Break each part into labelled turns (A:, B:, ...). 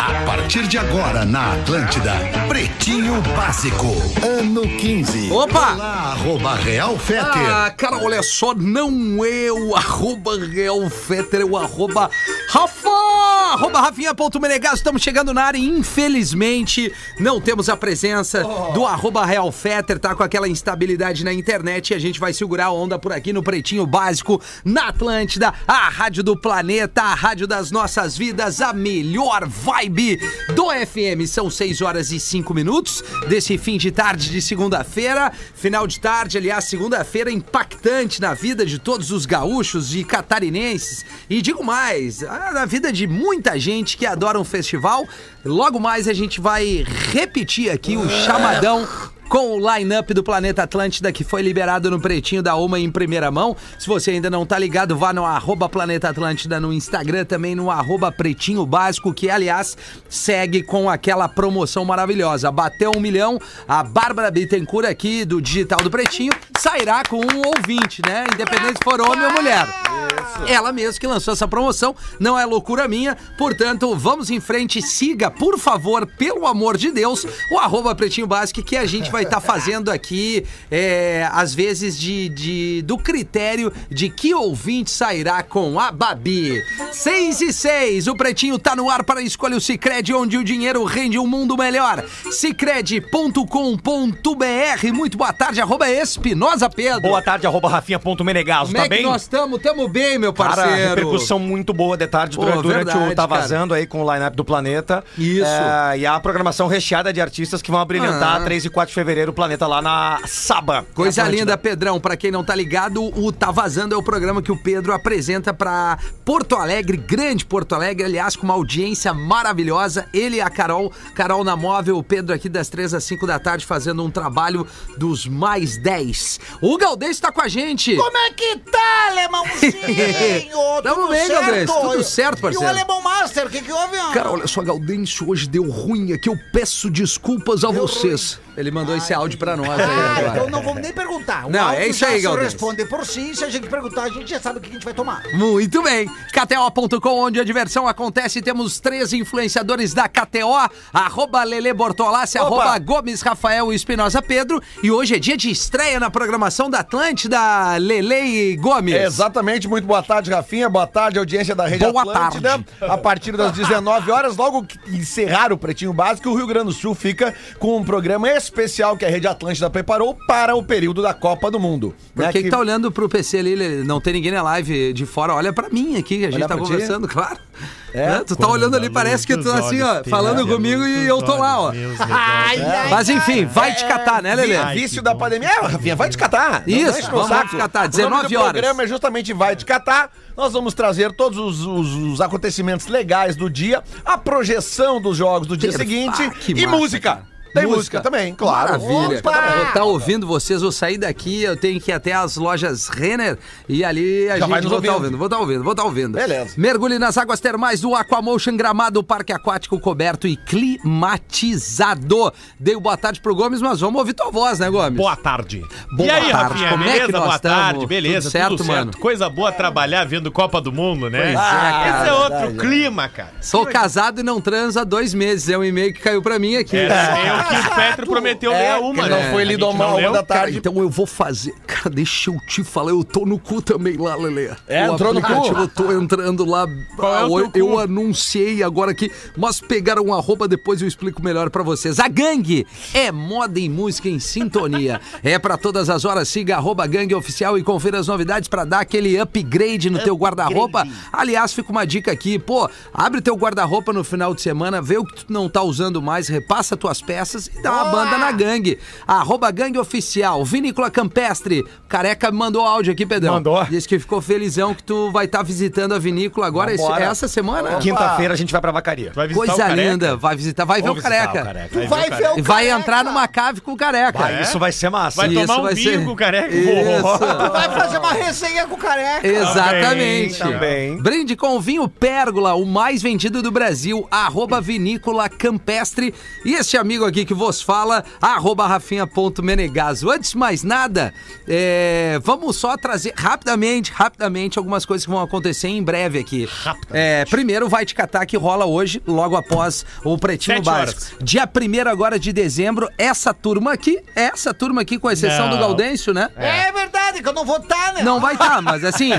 A: A partir de agora na Atlântida, Pretinho Básico, ano 15.
B: Opa!
A: Olá, arroba Real Feter.
B: Ah, cara, olha só, não eu, arroba Real Fetter, eu, arroba Rafa, arroba Rafinha.menegas, estamos chegando na área, e, infelizmente, não temos a presença do arroba Real Fetter, tá com aquela instabilidade na internet e a gente vai segurar a onda por aqui no Pretinho Básico, na Atlântida, a rádio do planeta, a rádio das nossas vidas, a melhor vibe do FM, são 6 horas e 5 minutos desse fim de tarde de segunda-feira, final de tarde, aliás, segunda-feira impactante na vida de todos os gaúchos e catarinenses. E digo mais, ah, na vida de muita gente que adora um festival. Logo mais a gente vai repetir aqui o chamadão. Com o line-up do Planeta Atlântida, que foi liberado no Pretinho da Uma em primeira mão. Se você ainda não tá ligado, vá no arroba Planeta Atlântida no Instagram, também no arroba Pretinho Básico, que, aliás, segue com aquela promoção maravilhosa. Bateu um milhão, a Bárbara Bittencourt aqui do Digital do Pretinho sairá com um ouvinte, né? Independente se for homem ou mulher. Ela mesma que lançou essa promoção, não é loucura minha. Portanto, vamos em frente. Siga, por favor, pelo amor de Deus, o arroba Pretinho Básico que a gente vai estar fazendo aqui, é, às vezes, de, de- do critério de que ouvinte sairá com a Babi. 6 e 6, o Pretinho tá no ar para a escolha o Cicred, onde o dinheiro rende um mundo melhor. Cicred.com.br. Muito boa tarde, arroba Espinosa Pedro.
C: Boa tarde, arroba Rafinha.menegaso,
B: Como
C: tá
B: é que
C: bem?
B: nós estamos? Tamo bem, meu parceiro.
C: Cara, repercussão muito boa de tarde
B: Pô,
C: durante, durante
B: verdade,
C: o Tá
B: cara.
C: Vazando aí com o line-up do Planeta.
B: Isso.
C: É, e a programação recheada de artistas que vão abrilhantar
B: Ah.
C: 3 e 4 de fevereiro o Planeta lá na Saba.
B: Coisa
C: Atlântida.
B: linda, Pedrão. Pra quem não tá ligado, o Tá Vazando é o programa que o Pedro apresenta pra Porto Alegre, grande Porto Alegre, aliás, com uma audiência maravilhosa. Ele e a Carol, Carol na móvel, o Pedro aqui das três às 5 da tarde fazendo um trabalho dos mais 10. O Galdês tá com a gente.
D: Como é que tá, alemãozinho?
B: Tamo bem, Galdês. Tudo certo,
D: E o
B: parceiro.
D: alemão master, o que que houve? ó?
B: Cara, olha só, Gaudense, hoje deu ruim aqui. Eu peço desculpas a vocês. Ele mandou esse áudio pra nós aí
D: Ah,
B: agora.
D: então não vamos nem perguntar. O
B: é, Não,
D: áudio
B: é isso
D: já
B: aí,
D: se
B: Galdês.
D: responde por si, se a gente perguntar, a gente já sabe o que a gente vai tomar.
B: Muito bem. KTO.com, onde a diversão acontece. Temos três influenciadores da KTO. Arroba Lele Bortolassi, arroba Gomes Rafael Espinosa Pedro. E hoje é dia de estreia na programação da Atlântida, Lele e Gomes.
E: Exatamente, muito boa tarde, Rafinha. Boa tarde, audiência da Rede
B: Boa
E: Atlântida.
B: tarde.
E: A partir das 19 horas, logo que encerrar o Pretinho Básico, o Rio Grande do Sul fica com um programa especial que a Rede Atlântida preparou para o período da Copa do Mundo.
B: Por que, que tá olhando pro PC ali? Lele? Não tem ninguém na live de fora. Olha pra mim aqui, que a gente
E: Olhar
B: tá
E: pra ti?
B: conversando, claro.
E: É?
B: Né? Tu tá olhando ali, parece que tu tá assim, ó, falando comigo e eu tô lá, ó. Mas enfim, vai te catar, né, Lele?
E: Lelê? Vício da pandemia. É, Rafinha, vai te catar.
B: Isso,
E: deixa no
B: vamos
E: saco.
B: te catar,
E: o
B: 19
E: nome do
B: horas.
E: programa é justamente Vai te catar. Nós vamos trazer todos os, os- os acontecimentos legais do dia, a projeção dos jogos do dia
B: Ter-
E: seguinte
B: Ah, que
E: e
B: massa,
E: música.
B: cara.
E: Tem
B: Música.
E: música. também, claro.
B: Maravilha.
E: Opa!
B: Eu vou estar ouvindo vocês, vou sair daqui, eu tenho que ir até as lojas Renner e ali a
E: Já vai
B: gente
E: nos
B: vou
E: ouvindo.
B: estar ouvindo, vou estar ouvindo, vou estar ouvindo.
E: Beleza.
B: Mergulhe nas águas termais do Aquamotion Gramado, parque aquático coberto e climatizado. Dei uma boa tarde pro Gomes, mas vamos ouvir tua voz, né, Gomes?
F: Boa tarde.
B: Boa
F: e aí,
B: tarde,
F: Rafinha,
B: como é que
F: beleza?
B: nós
F: Boa
B: tamo?
F: tarde,
B: Tudo
F: beleza,
B: certo,
F: tudo certo.
B: mano?
F: Coisa boa trabalhar vendo Copa do Mundo, né?
B: Pois é,
C: Ah,
B: cara,
F: Esse é outro
E: verdade,
F: clima, cara.
B: Sou casado e não transo há dois meses, é um e-mail que caiu pra mim aqui.
F: É, é o que o Petro prometeu
E: É,
F: meia
E: que
F: uma,
E: não
F: né?
E: foi
F: A gente
E: lido
F: não
E: mal,
F: leu.
E: da tarde.
B: Cara, então eu vou fazer. Cara, deixa eu te falar, eu tô no cu também lá, Lelê.
E: É,
B: o
E: entrou no cu?
B: aplicativo, Eu tô entrando lá.
F: Qual é o
B: eu,
F: teu cu?
B: eu anunciei agora aqui, mas pegaram um arroba, depois eu explico melhor pra vocês. A Gangue é moda e música em sintonia. é pra todas as horas, siga arroba Gangue Oficial e confira as novidades pra dar aquele upgrade no teu guarda-roupa. Aliás, fica uma dica aqui, pô, abre teu guarda-roupa no final de semana, vê o que tu não tá usando mais, repassa tuas peças cachaças e dá uma banda na gangue. Arroba gangue oficial, Vinícola Campestre. Careca me mandou áudio aqui, Pedrão.
C: Mandou.
B: Diz que ficou felizão que tu vai estar visitando a vinícola agora, esse-
C: Vambora.
B: essa semana.
C: Quinta-feira a gente vai pra vacaria.
F: Vai visitar o
B: Coisa
F: careca?
B: linda. Vai visitar, vai ver
F: Vou
B: o
F: visitar
B: careca.
F: Tu
D: vai ver o
B: E vai
D: careca.
B: entrar numa cave com o careca. É?
C: Ah, isso vai ser massa.
F: É? Vai
B: Isso
F: tomar um
B: vai ser-
F: bingo, careca.
B: Isso.
D: Vai fazer uma resenha com o careca.
B: Exatamente.
C: também.
B: Brinde com o vinho Pérgola, o mais vendido do Brasil, arroba vinícola campestre. E este amigo aqui que vos fala, arroba rafinha.menegaso. Antes de mais nada, é, vamos só trazer rapidamente, rapidamente, algumas coisas que vão acontecer em breve aqui. É, primeiro, vai te catar que rola hoje, logo após o Pretinho
F: Sete
B: Básico.
F: horas.
B: Dia 1 agora de dezembro, essa turma aqui, essa turma aqui, com exceção
F: Não.
B: do Gaudêncio, né?
D: É. verdade, que eu não vou estar, né?
B: Não tá, vai estar, mas assim,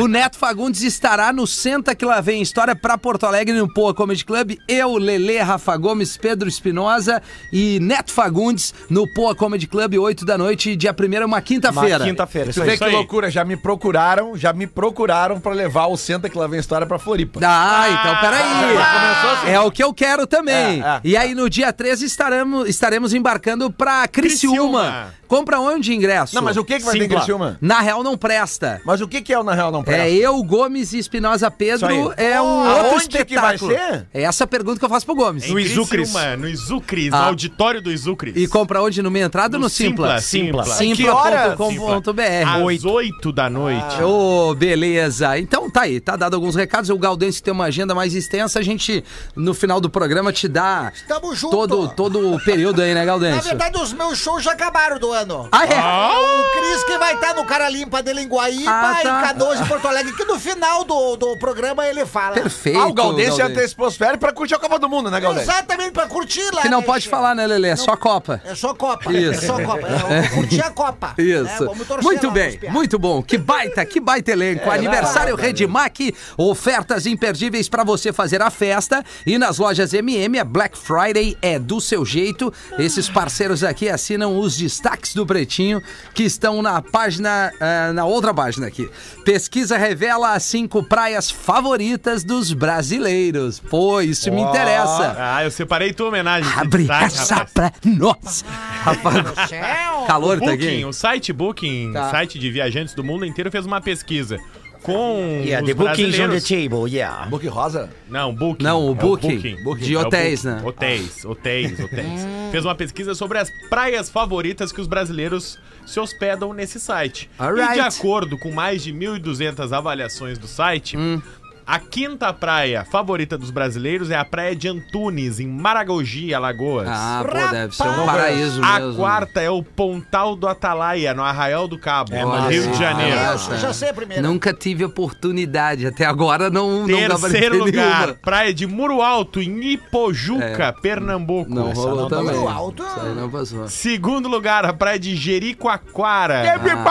B: o Neto Fagundes estará no Senta Que Lá Vem História pra Porto Alegre no Poa Comedy Club. Eu, Lele, Rafa Gomes, Pedro Espinosa e Neto Fagundes no Poa Comedy Club, 8 da noite, dia 1 uma quinta-feira.
C: Uma quinta-feira, isso
E: Tu
C: aí.
E: vê
F: isso
E: que
F: aí.
E: loucura, já me procuraram, já me procuraram pra levar o Senta que lá vem história pra Floripa.
B: Ah, então peraí. É o que eu quero também.
E: assim. É, é.
B: E aí, no dia 13, estaremos, estaremos embarcando pra Criciúma.
F: Criciúma.
B: Compra onde ingresso?
E: Não, mas o que que vai ter em
F: Simpla.
E: Criciúma?
B: Na real, não presta.
E: Mas o que que é o Na Real Não
B: É
E: Presta?
B: eu, Gomes e Espinosa Pedro.
C: Isso
B: É um
E: Oh,
B: outro
E: aonde que vai
B: espetáculo.
E: ser?
B: É essa a pergunta que eu faço pro Gomes.
F: No Izucris. No Izucris,
B: Ah.
F: no auditório do Izucris.
B: E compra onde? No minha entrada ou no Simpla?
F: Simpla.
E: Que horas?
B: Simpla.com.br.
F: Às 8 da noite.
B: Ô, beleza. Então tá aí, tá dado alguns recados. O Gaudense tem uma agenda mais extensa. A gente, no final do programa, te dá
D: Tamo junto.
B: todo, todo o período aí, né,
D: Na
B: Gaudense?
D: verdade, os meus shows já acabaram do ano.
B: Ah, é?
D: O Cris que vai estar no Cara Limpa dele em Guaíba,
B: Ah, tá.
D: em Canoas, em Porto Alegre, que no final do, do programa ele fala.
B: Perfeito.
E: ah, o Gaudense já
B: Gaudense.
E: antecipou as férias pra curtir a Copa do Mundo, né, Gaudense?
D: Exatamente, pra curtir lá.
B: Que não
D: né,
B: pode
D: Che?
B: falar, né, Lelê? É só Copa.
D: É só Copa.
B: Isso.
D: É só Copa. É, vamos curtir a Copa. né?
B: Isso.
D: Vamos torcer
B: muito
D: lá
B: bem,
D: pros piá. É,
B: muito bom. Que baita, que baita elenco. Aniversário Redmac, ofertas imperdíveis para você fazer a festa. E nas lojas MM, a Black Friday é do seu jeito. Esses parceiros aqui assinam os destaques do Pretinho, que estão na página, ah, na outra página aqui. Pesquisa revela as cinco praias favoritas dos brasileiros. Pô, isso me interessa.
F: Ah, eu separei tua homenagem.
B: Abre
F: Tá,
B: essa
F: rapaz.
B: pra nós.
D: Meu
B: Rapaz,
D: céu.
B: calor tá
F: Booking,
B: aqui.
F: o site Booking,
B: Tá.
F: site de viajantes do mundo inteiro, fez uma pesquisa com
C: Yeah,
F: os
C: the bookings on the
F: brasileiros.
C: table, yeah.
E: Boca Rosa?
F: Não, Booking.
B: Não, o
F: É
B: Booking. De
F: É o
B: hotéis,
F: Booking.
B: né?
F: Hotéis, hotéis, hotéis. Fez uma pesquisa sobre as praias favoritas que os brasileiros se hospedam nesse site. E
B: Alright.
F: de acordo com mais de 1.200 avaliações do site,
B: Hum.
F: a quinta praia favorita dos brasileiros é a Praia de Antunes, em Maragogi, Alagoas.
B: Ah, pô, deve ser um
D: Rapaz.
B: paraíso
F: A
B: mesmo. né?
F: quarta é o Pontal do Atalaia, no Arraial do Cabo,
B: mas-
F: Rio de Janeiro.
B: É Ah,
D: Eu já sei a primeira.
B: Nunca tive oportunidade. Até agora não, não dava pra ter
F: Terceiro lugar,
B: nenhuma. É.
F: praia de Muro Alto, em Ipojuca, Pernambuco.
B: Não rolou
D: tá
B: também.
D: muito alto.
B: Isso aí não passou.
F: Segundo lugar, a praia de Jericoacoara, no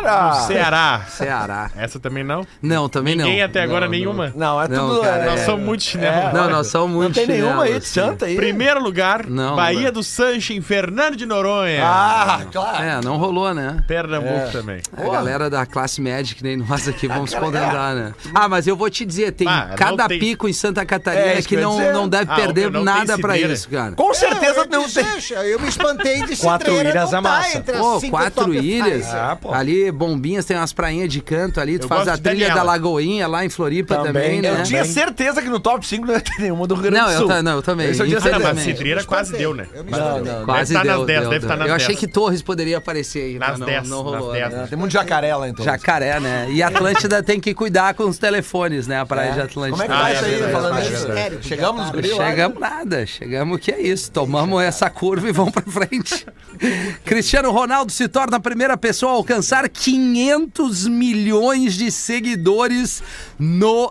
E: Para!
F: Ceará.
B: Ceará.
F: Essa também não?
B: Não, também não.
F: Ninguém até agora
B: Não,
F: nenhuma?
E: Não, é
B: Não,
E: tudo...
B: cara,
E: é-
F: Nós somos muito chinelo.
B: Não, não, nós somos
E: Não
B: muito
E: tem nenhuma aí de
B: chinelos, assim.
E: santa aí?
F: Primeiro lugar,
B: Não,
F: Bahia
B: não.
F: do Sancho, em Fernando de Noronha.
E: Ah, claro.
B: É, não rolou, né?
F: Pernambuco também.
B: A galera da classe média, que nem nós aqui, vamos se condenar, né? Ah, mas eu vou te dizer, tem
F: Ah, não
B: cada
F: tem-
B: pico em Santa Catarina
E: É, isso que
B: que
E: eu ia
B: não,
E: dizer.
B: não deve
F: Ah,
B: perder
F: o meu não
B: nada
F: tem
B: pra
F: cideira.
B: isso, cara.
E: Com
C: É,
E: certeza
D: eu,
E: não
D: te
E: tem.
D: deixo, eu me espantei de
C: Quatro
D: cidreira,
C: ilhas
D: não tá
C: amassa.
D: entre as
B: Pô,
D: cinco
B: quatro
D: top
B: ilhas.
D: five.
C: Ah, pô.
B: ali, Bombinhas, tem umas prainhas de canto ali. Tu
F: Eu
B: faz
F: gosto
B: a
F: de
B: trilha
F: Daniela.
B: da Lagoinha lá em Floripa também,
C: Também,
B: né?
E: Eu tinha certeza que no top 5 não ia ter nenhuma do Rio Grande do
B: Não, eu,
E: Sul.
B: ta- não, eu também.
E: Isso eu tinha
F: Ah, não, mas
B: infelizmente.
F: Cidreira quase
D: Espantei,
F: deu, né?
D: Eu me espantei.
F: Deve
B: Quase
F: tá
B: deu,
F: nas dez,
B: deu,
F: deve tá
B: deu.
F: nas
B: Eu achei
F: dez.
B: que Torres poderia aparecer aí, mas
F: Nas
B: não,
F: 10,
B: não
F: nas
B: rolou.
F: 10.
B: né?
E: Tem muito jacaré lá, então.
B: Jacaré, né? E Atlântida tem que cuidar com os telefones, né? A praia de Atlântida.
E: Como é que
F: Ah,
E: vai
F: é
E: isso aí,
F: verdade,
E: falando
F: é
E: isso?
D: verdade.
E: Chegamos nos guri lá?
B: Chegamos nada, chegamos que é isso. Tomamos essa curva e vamos pra frente. Cristiano Ronaldo se torna a primeira pessoa a alcançar 500 milhões de seguidores no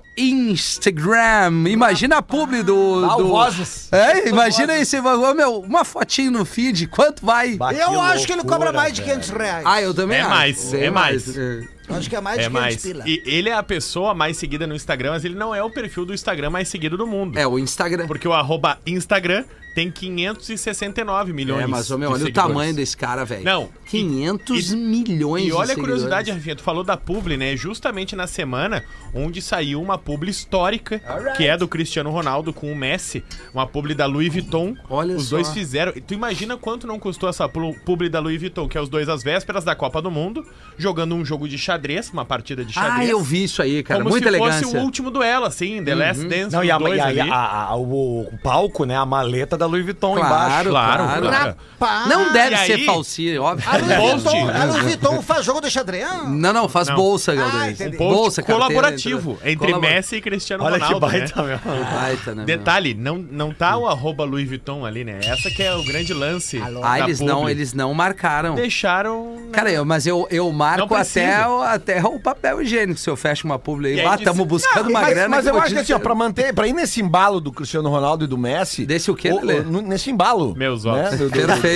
B: Instagram. Imagina a publi do.
E: Ah, o
B: do...
E: Vozes.
B: É, imagina esse. ô, Meu, uma fotinho no feed, quanto vai?
C: Bah,
D: Eu
C: que
D: acho que ele
C: é loucura,
D: cobra mais de
C: velho.
D: 500 reais.
B: Ah, eu também
F: É
B: acho.
F: mais,
B: Bem
F: é mais.
B: é.
D: Eu Acho que é mais de
F: É
D: 500
F: mais.
D: pila.
F: E ele é a pessoa mais seguida no Instagram, mas ele não é o perfil do Instagram mais seguido do mundo.
B: É, o Instagram.
F: Porque o arroba Instagram tem 569 milhões.
B: É, mas, ô, meu,
F: de
B: olha o
F: seguidores.
B: tamanho desse cara, velho.
F: Não, e-
B: 500
F: e-
B: milhões
F: E
B: de
F: olha a curiosidade,
B: seguidores.
F: Rafinha, tu falou da publi, né? Justamente na semana onde saiu uma publi histórica, que é do Cristiano Ronaldo com o Messi, uma publi da Louis Vuitton.
B: Olha
F: os
B: só.
F: dois fizeram. E Tu imagina quanto não custou essa plu- publi da Louis Vuitton, que é os dois às vésperas da Copa do Mundo, jogando um jogo de xadrez, uma partida de
B: Ah,
F: xadrez.
B: eu vi isso aí, cara.
F: Como
B: Muita
F: se
B: elegância. Uhum.
F: fosse o último duelo, assim, The Last Dance
C: Não,
F: dos
C: e, a,
F: dois
C: e a- e
F: ali.
C: a- a- a- o, o palco, né? A maleta da Louis Vuitton
B: Claro,
C: embaixo.
F: Claro,
B: claro.
F: claro.
B: Não deve
F: Ah, E
B: ser
F: aí- Ah,
B: falsinha, é óbvio.
D: A Louis
F: Post.
D: Vuitton- a Louis Vuitton faz jogo de um xadrez?
B: Não, não, faz
F: Não.
B: bolsa,
D: Ah,
B: Galdês.
D: entendi.
F: Um post
B: bolsa, carteira,
F: colaborativo
B: entra-
F: entre
B: colabora-
F: Messi e Cristiano
C: Olha
F: Ronaldo.
C: que baita,
F: né?
C: meu.
B: Baita, né, meu?
F: Detalhe, não, não tá o arroba Louis Vuitton ali, né? Essa que é o grande lance.
B: Ah,
F: da
B: eles não,
F: publi.
B: eles não marcaram.
F: deixaram.
B: Cara, eu, mas eu, eu marco
F: precisa.
B: até, o- até o papel higiênico. Se eu fecho uma publi aí,
F: E aí
B: ah,
F: diz-
B: estamos buscando uma
E: mas,
B: grana.
E: mas eu
B: vou
E: acho que
B: te-
E: assim, ó, pra manter, pra ir nesse embalo do Cristiano Ronaldo e do Messi.
B: Desse o quê, Lelê?
E: n- Nesse embalo.
F: Meus
E: né,
F: óculos.
E: do- do-
B: Perfeito.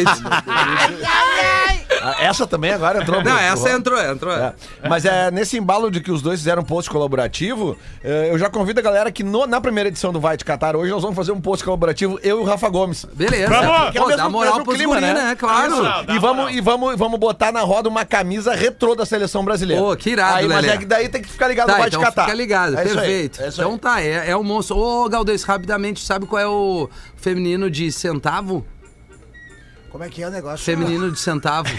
E: Ah, Essa também agora entrou.
B: Não,
E: pro-
B: essa
E: pro-
B: entrou, entrou.
E: É. Mas é nesse embalo de que os dois fizeram um post colaborativo, eh, eu já convido a galera que no- na primeira edição do Vai de Catar hoje nós vamos fazer um post colaborativo, eu e o Rafa Gomes.
B: Beleza.
F: Vamos!
B: Pô, dá moral pros guri, né? Claro.
F: Isso. dá
E: e,
F: moral.
E: vamos, e vamos, vamos botar na roda uma camisa retrô da seleção brasileira.
B: Pô, que irado,
E: Aí, Mas
B: Lelê.
E: é que daí tem que ficar ligado no
B: Tá,
E: Vai
B: então
E: de Catar.
B: fica ligado,
E: É isso aí,
B: perfeito.
E: é isso aí.
B: então tá, é, é o monstro. Ô, Galdês, rapidamente, sabe qual é o feminino de centavo?
D: Como é que é o negócio?
B: Feminino de centavo.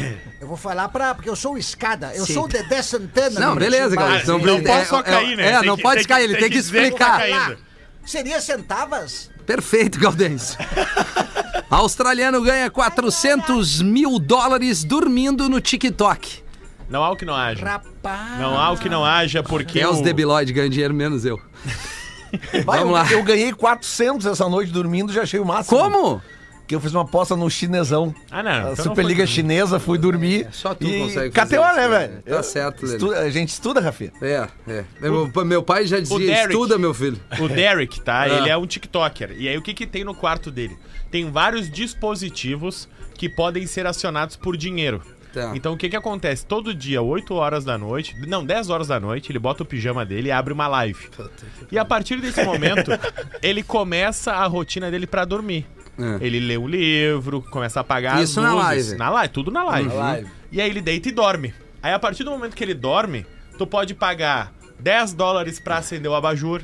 D: Eu vou falar pra. Porque eu sou escada. Eu
B: Sim.
D: sou o Dedé Santana.
B: Não,
D: do
B: beleza,
D: Pretinho
B: Galdês.
F: Ah, não
B: pre-
F: pode só cair, né?
B: É,
F: Tem
B: não
F: que-
B: pode
F: tem que-
B: cair, ele tem,
F: tem
B: que
F: que dizer que tá
B: explicar.
F: caindo.
D: Básico. Ah, Seria centavas?
B: Perfeito, Galdês. Australiano ganha 400 mil dólares dormindo no TikTok.
F: Não há o que não haja.
D: Rapaz.
F: Não há o que não haja, porque.
B: Quem é os
F: o-
B: debilóides ganham dinheiro menos eu.
E: Vai,
B: Vamos
E: eu-
B: lá.
E: Eu ganhei 400 essa noite dormindo, já achei o máximo.
B: Como?
E: Que eu fiz uma aposta no chinesão.
F: Ah, não,
E: A
F: então não
E: Superliga
F: foi-
E: chinesa, fui dormir.
B: É, só tu
E: e...
B: consegue fazer
E: KTO,
B: isso,
E: né,
B: né?
E: velho?
B: Tá certo, Lelê.
E: Estuda- A gente estuda, Rafi.
B: É, é. Meu, meu pai já dizia,
F: Derek.
B: estuda, meu filho.
F: O Derek, tá?
B: Ah.
F: Ele é um TikToker. E aí, o que, que tem no quarto dele? Tem vários dispositivos que podem ser acionados por dinheiro.
B: Tá.
F: Então, o que, que acontece? Todo dia, 8 horas da noite, não, 10 horas da noite, ele bota o pijama dele e abre uma live. E a partir desse momento, ele começa a rotina dele pra dormir.
B: É.
F: Ele lê um livro, começa a apagar
B: Isso
F: as
B: na
F: luzes.
B: live.
F: Na live, tudo na live.
B: live.
F: E aí ele deita e dorme. Aí a partir do momento que ele dorme, tu pode pagar 10 dólares pra acender o abajur,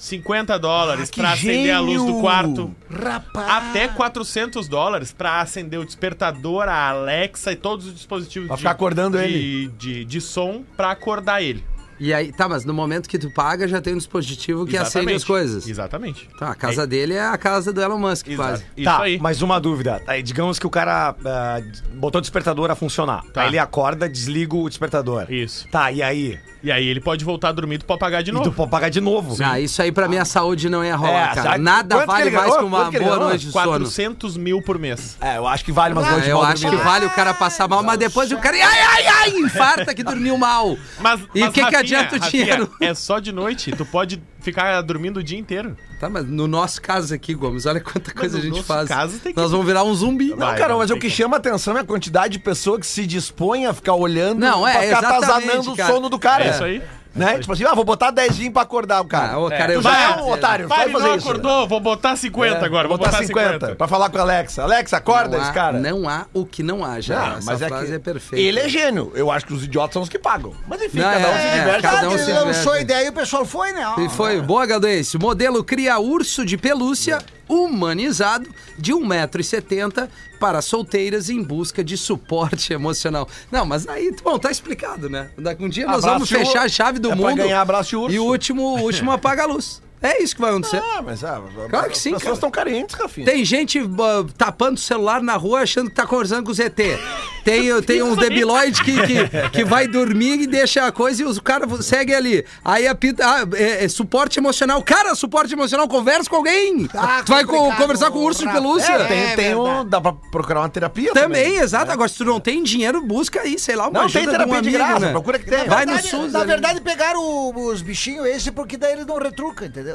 F: 50 dólares pra acender a luz do quarto,
D: Rapaz.
F: até 400 dólares pra acender o despertador, a Alexa e todos os dispositivos
E: Pra ficar acordando
F: de,
E: ele.
F: De, de som pra acordar ele.
B: E aí, tá, mas no momento que tu paga, já tem um dispositivo que acende as coisas.
F: Exatamente.
B: Tá, a casa dele é a casa do Elon Musk,
F: Exa-
B: quase.
F: Isso
C: tá,
F: aí.
C: mas uma dúvida. Aí, digamos que o cara ah, botou o despertador a funcionar.
F: Tá.
C: Aí ele acorda, desliga o despertador.
F: Isso.
C: Tá, e aí?
F: E aí ele pode voltar a dormir pra apagar de
C: E tu
F: novo.
C: pode pagar de novo.
B: Ah, isso aí pra mim a saúde não ia rolar,
E: É,
B: cara.
E: sabe?
B: Nada
E: Quanto que
B: vale
E: ele
B: mais
E: ganhou?
B: que uma
E: Quanto que ele
B: boa
E: ganhou?
B: noite de sono.
F: 400 mil por mês.
E: É, eu acho que vale umas noites
B: É, eu acho que vale o cara passar mal, mas depois o cara. Ai, ai, ai! Infarta que dormiu mal.
F: Mas,
B: E
F: mas,
B: o que, que
F: Rafinha,
B: adianta o
F: Rafinha,
B: dinheiro?
F: É só de noite, tu pode ficar dormindo o dia inteiro.
B: Tá, mas no nosso caso aqui, Gomes, olha quanta coisa
F: no
B: a gente
F: nosso
B: faz.
F: caso tem que-
B: Nós vamos virar um zumbi.
F: Vai,
E: Não, cara,
F: não
E: mas o
F: tem
E: que
F: como.
E: chama atenção é a quantidade de pessoa que se dispõe a ficar olhando
B: Não, é,
E: pra ficar
B: exatamente,
E: atazanando
B: cara.
E: o sono do cara.
F: É isso aí.
E: Né? Tipo assim, ah, vou botar 10 pra acordar o cara.
B: Ah, ô, cara,
E: tu
B: eu
E: já
F: já-
E: é um otário,
F: Pai,
E: vai
F: não
E: fazer isso. É,
F: acordou, vou botar 50 agora, vou botar 50.
E: Pra falar com a Alexa. Alexa, acorda
B: não há,
E: esse cara.
B: Não há o que não haja.
E: Ah,
B: Essa
E: mas é
B: frase
E: que
B: é perfeita.
E: ele é gênio. Eu acho que os idiotas são os que pagam. Mas enfim,
B: Não,
E: cada um
B: é,
E: se
B: é,
E: diverte.
B: cada
E: né?
B: um
D: Ele
B: se
D: lançou a
B: diverte.
D: ideia e o pessoal foi, né?
B: E foi boa, Galdense. O modelo cria urso de pelúcia
E: É.
B: humanizado de 1,70m para solteiras em busca de suporte emocional. Não, mas aí, bom, tá explicado, né? Daqui um dia nós
E: Abraço
B: vamos
E: e ur-
B: fechar a chave do
E: é pra
B: mundo.
E: ganhar abraço e urso.
B: E o último, o último apaga a luz. É isso que vai acontecer.
E: Ah, mas ah,
B: Claro que sim,
E: As
B: cara.
E: pessoas estão carentes, Rafinha.
B: Tem gente ah, tapando o celular na rua achando que tá conversando com o ZT. Tem, tem um debilóide que, que, que vai dormir e deixa a coisa e os caras seguem ali. Aí a pinta. Ah, é, é suporte emocional. Cara, suporte emocional, conversa com alguém.
D: Tá
B: tu vai co-
D: complicado,
B: conversar com o urso de
D: Rafa.
B: pelúcia.
E: É, tem,
D: É
E: tem um,
D: verdade.
E: dá pra procurar uma terapia também.
B: Também, exato. Agora, se tu não tem dinheiro, busca aí, sei lá, uma
E: É. Não,
B: ajuda
E: tem terapia
B: um
E: de
B: amigo,
E: graça,
B: né?
E: procura que tem.
B: Vai no
D: Verdade,
B: SUS.
D: Na
B: ali.
D: verdade, pegaram o- os bichinhos esse porque daí eles não retrucam, entendeu?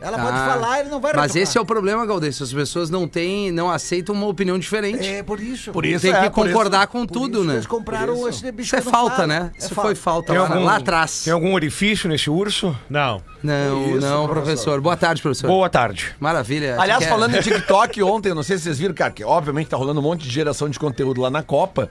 D: Ela
B: Tá.
D: pode falar, ele não vai
B: Mas
D: retrucar.
B: esse é o problema, Galdêncio. As pessoas não têm, não aceitam uma opinião diferente.
D: É por isso.
E: Por isso
B: Tem
E: é,
B: que
E: por
B: concordar com
D: Por
B: tudo,
D: isso que
B: né?
D: Eles compraram esse bicho.
B: Isso é
D: que não
B: falta,
D: fala.
B: né?
D: É
B: Isso foi falta
C: Tem
B: lá,
C: algum-
B: lá atrás.
C: Tem algum orifício nesse urso?
F: Não.
B: Não, não, professor. Boa tarde, professor.
C: Boa tarde.
B: Maravilha.
E: Aliás,
B: Quer-
E: falando em TikTok, ontem, eu não sei se vocês viram, cara, que obviamente tá rolando um monte de geração de conteúdo lá na Copa.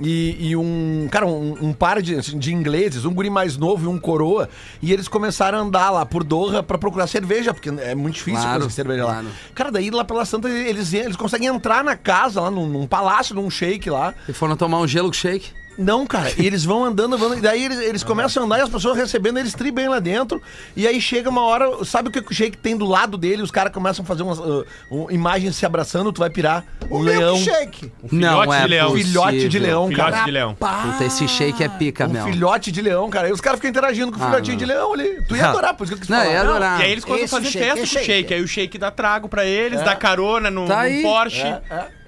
E: E, e um, cara, um, um par de, assim, de ingleses, um guri mais novo e um coroa, e eles começaram a andar lá por Doha pra procurar cerveja, porque é muito difícil
B: Claro,
E: conseguir cerveja
B: claro.
E: lá. Cara, daí lá pela Santa, eles, eles conseguem entrar na casa, lá num, num palácio, num shake lá.
B: E foram tomar um gelo com shake.
E: Não, cara, e eles vão andando, vão, e daí eles, eles
B: Ah.
E: começam a andar e as pessoas recebendo eles tri bem lá dentro. E aí chega uma hora, sabe o que o shake tem do lado dele? Os caras começam a fazer umas uh, um- imagens se abraçando, tu vai pirar. Um leão,
D: Shake.
B: não
F: filhote
B: é
F: de leão.
B: possível.
E: filhote de leão,
F: Filhote
E: cara.
F: de leão.
B: Puta, esse shake é pica,
E: Um
B: meu.
E: filhote de leão, cara. E os caras ficam interagindo com o
B: Ah,
E: filhotinho
B: não.
E: de leão ali. Tu ia adorar, por isso que eu quis
B: Não,
E: falar.
B: eu ia
E: Não,
B: adorar.
F: E aí eles começam a fazer
D: Esse
F: festa com
D: shake, é
F: o shake.
D: shake.
F: Aí o shake dá trago pra eles, dá carona no,
B: Tá
F: num
B: aí.
F: Porsche.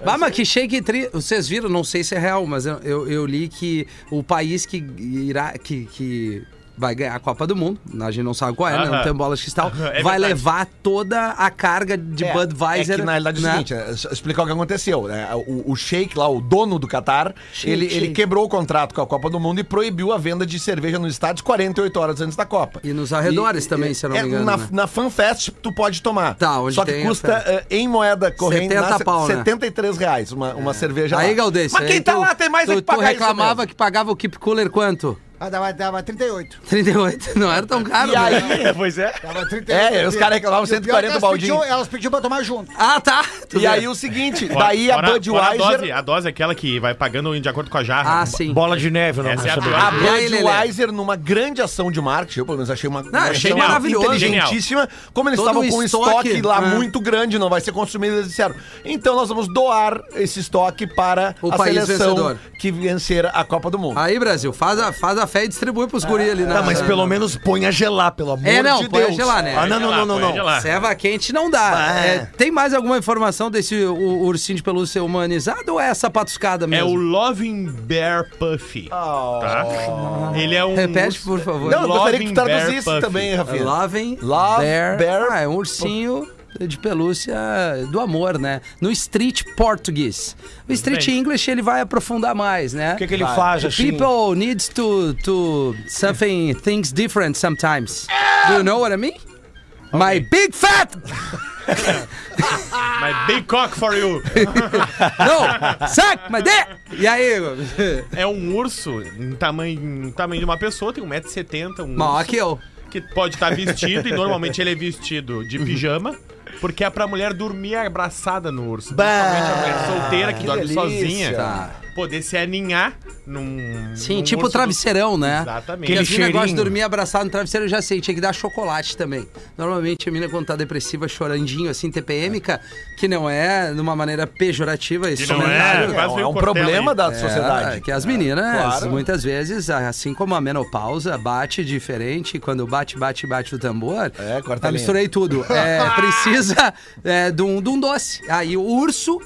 B: Bah, mas que shake tri... Vocês viram, não sei se é real, mas eu, eu, eu li que o país que irá. Que, que vai ganhar a Copa do Mundo, a gente não sabe qual é, né? não
F: Aham.
B: tem bola de cristal,
F: É
B: vai
F: verdade.
B: levar toda a carga de
E: É,
B: Budweiser.
E: É que na realidade é o
B: né?
E: seguinte, é, só explicar o que aconteceu. né? O, o Sheik lá, o dono do Qatar,
B: Sheik,
E: ele, ele
B: Sheik.
E: quebrou o contrato com a Copa do Mundo e proibiu a venda de cerveja nos estádios 48 horas antes da Copa. é,
B: E nos arredores também, se eu não me engano,
E: Na,
B: né?
E: na FanFest tu pode tomar.
B: Tá, onde
E: Só que
B: tem a
E: custa eh, em moeda corrente
B: 70
E: 70
B: pau, né? É.
E: 73 reais uma, uma cerveja
B: Aí,
E: lá.
B: Galdês,
E: Mas quem
B: aí
E: tá
B: tu-
E: lá tem mais
B: tu,
E: é que pagar
B: Tu reclamava
E: isso
B: que pagava o Keep Cooler quanto?
D: Ah, dava, dava 38.
B: 38, não era tão caro.
E: mesmo.
B: né?
E: E aí, pois é.
D: Dava 38.
E: É, os caras reclamavam
D: E o pior é que
E: 140 baldinho.
D: Elas pediam, elas pediam pra tomar junto.
B: Ah, tá. Tu
E: E
B: vê.
E: aí o seguinte,
F: Fora-
E: daí a
F: fora- fora
E: Budweiser...
F: A dose, a dose é aquela que vai pagando de acordo com a jarra.
B: Ah, sim.
C: Bola de neve, não. né,
F: Essa é a
E: A
F: dose.
B: E aí, Lelê?
E: Budweiser, numa grande ação de marketing, eu pelo menos achei uma, uma
B: achei
E: ação
B: maravilhoso.
E: inteligentíssima. Como eles
B: Todo
E: estavam
B: um
E: com um
B: estoque,
E: estoque, lá
B: né?
E: muito grande, não vai ser consumido, eles disseram. Então nós vamos doar esse estoque para
B: O
E: a
B: país
E: seleção
B: vencedor.
E: que vencer a Copa do Mundo.
B: Aí, Brasil, faz a, faz a fé e distribui pros guris ali, né?
G: Tá, mas pelo menos põe a gelar, pelo amor
B: É, não,
G: de
B: põe a
G: Deus.
B: gelar, né?
G: Ah, não, não, não, não, não.
B: Serva quente não dá.
E: Ah,
G: É.
B: É, tem mais alguma informação desse u- u- ursinho de pelúcia humanizado ou é essa patuscada
F: É
B: mesmo?
F: o Loving Bear Puffy. Tá? Ele é um.
B: Repete,
F: urso-
B: por favor.
E: Não, eu gostaria que tu
F: Loving Bear
E: traduzisse
F: Puff.
B: É,
E: também, Rafinha.
B: Loving
E: Love
B: Bear.
E: Bear-
B: Ah, é um ursinho de pelúcia do amor, né? No street português. O street
F: bem.
B: English ele vai aprofundar mais, né?
C: O que, que ele faz assim?
B: People needs to to something things different sometimes. Do you know what I mean? My big fat
F: My big cock for you.
B: no suck my dick. E aí?
F: é um urso em tamanho, em tamanho de uma pessoa, tem 1,70m. Um
B: Maior
F: urso
B: que eu.
F: que pode estar vestido, e normalmente ele é vestido de
B: Uhum.
F: pijama. Porque é pra mulher dormir abraçada no urso. Principalmente a mulher solteira que, dorme sozinha. Poder se aninhar num.
B: Sim,
F: num urso
B: tipo
F: Um do-
B: travesseirão, né?
F: Exatamente.
B: Porque
C: Aquele
B: esse negócio de
C: cheirinho.
B: dormir abraçado no travesseiro eu já sei, tinha que dar chocolate também. Normalmente a menina quando tá depressiva, chorandinho, assim, TPMica, que não é de uma maneira pejorativa, isso
F: Que não é, quase
E: É
F: veio
E: um
F: Cortella
E: problema
F: aí.
E: da
B: É,
E: sociedade. É,
B: que as meninas,
E: claro.
B: muitas vezes, assim como a menopausa, bate diferente. Quando bate, bate, bate o tambor.
E: É, corta a linha.
B: Eu misturei tudo. É, precisa é, de, um, de um doce. Aí o urso.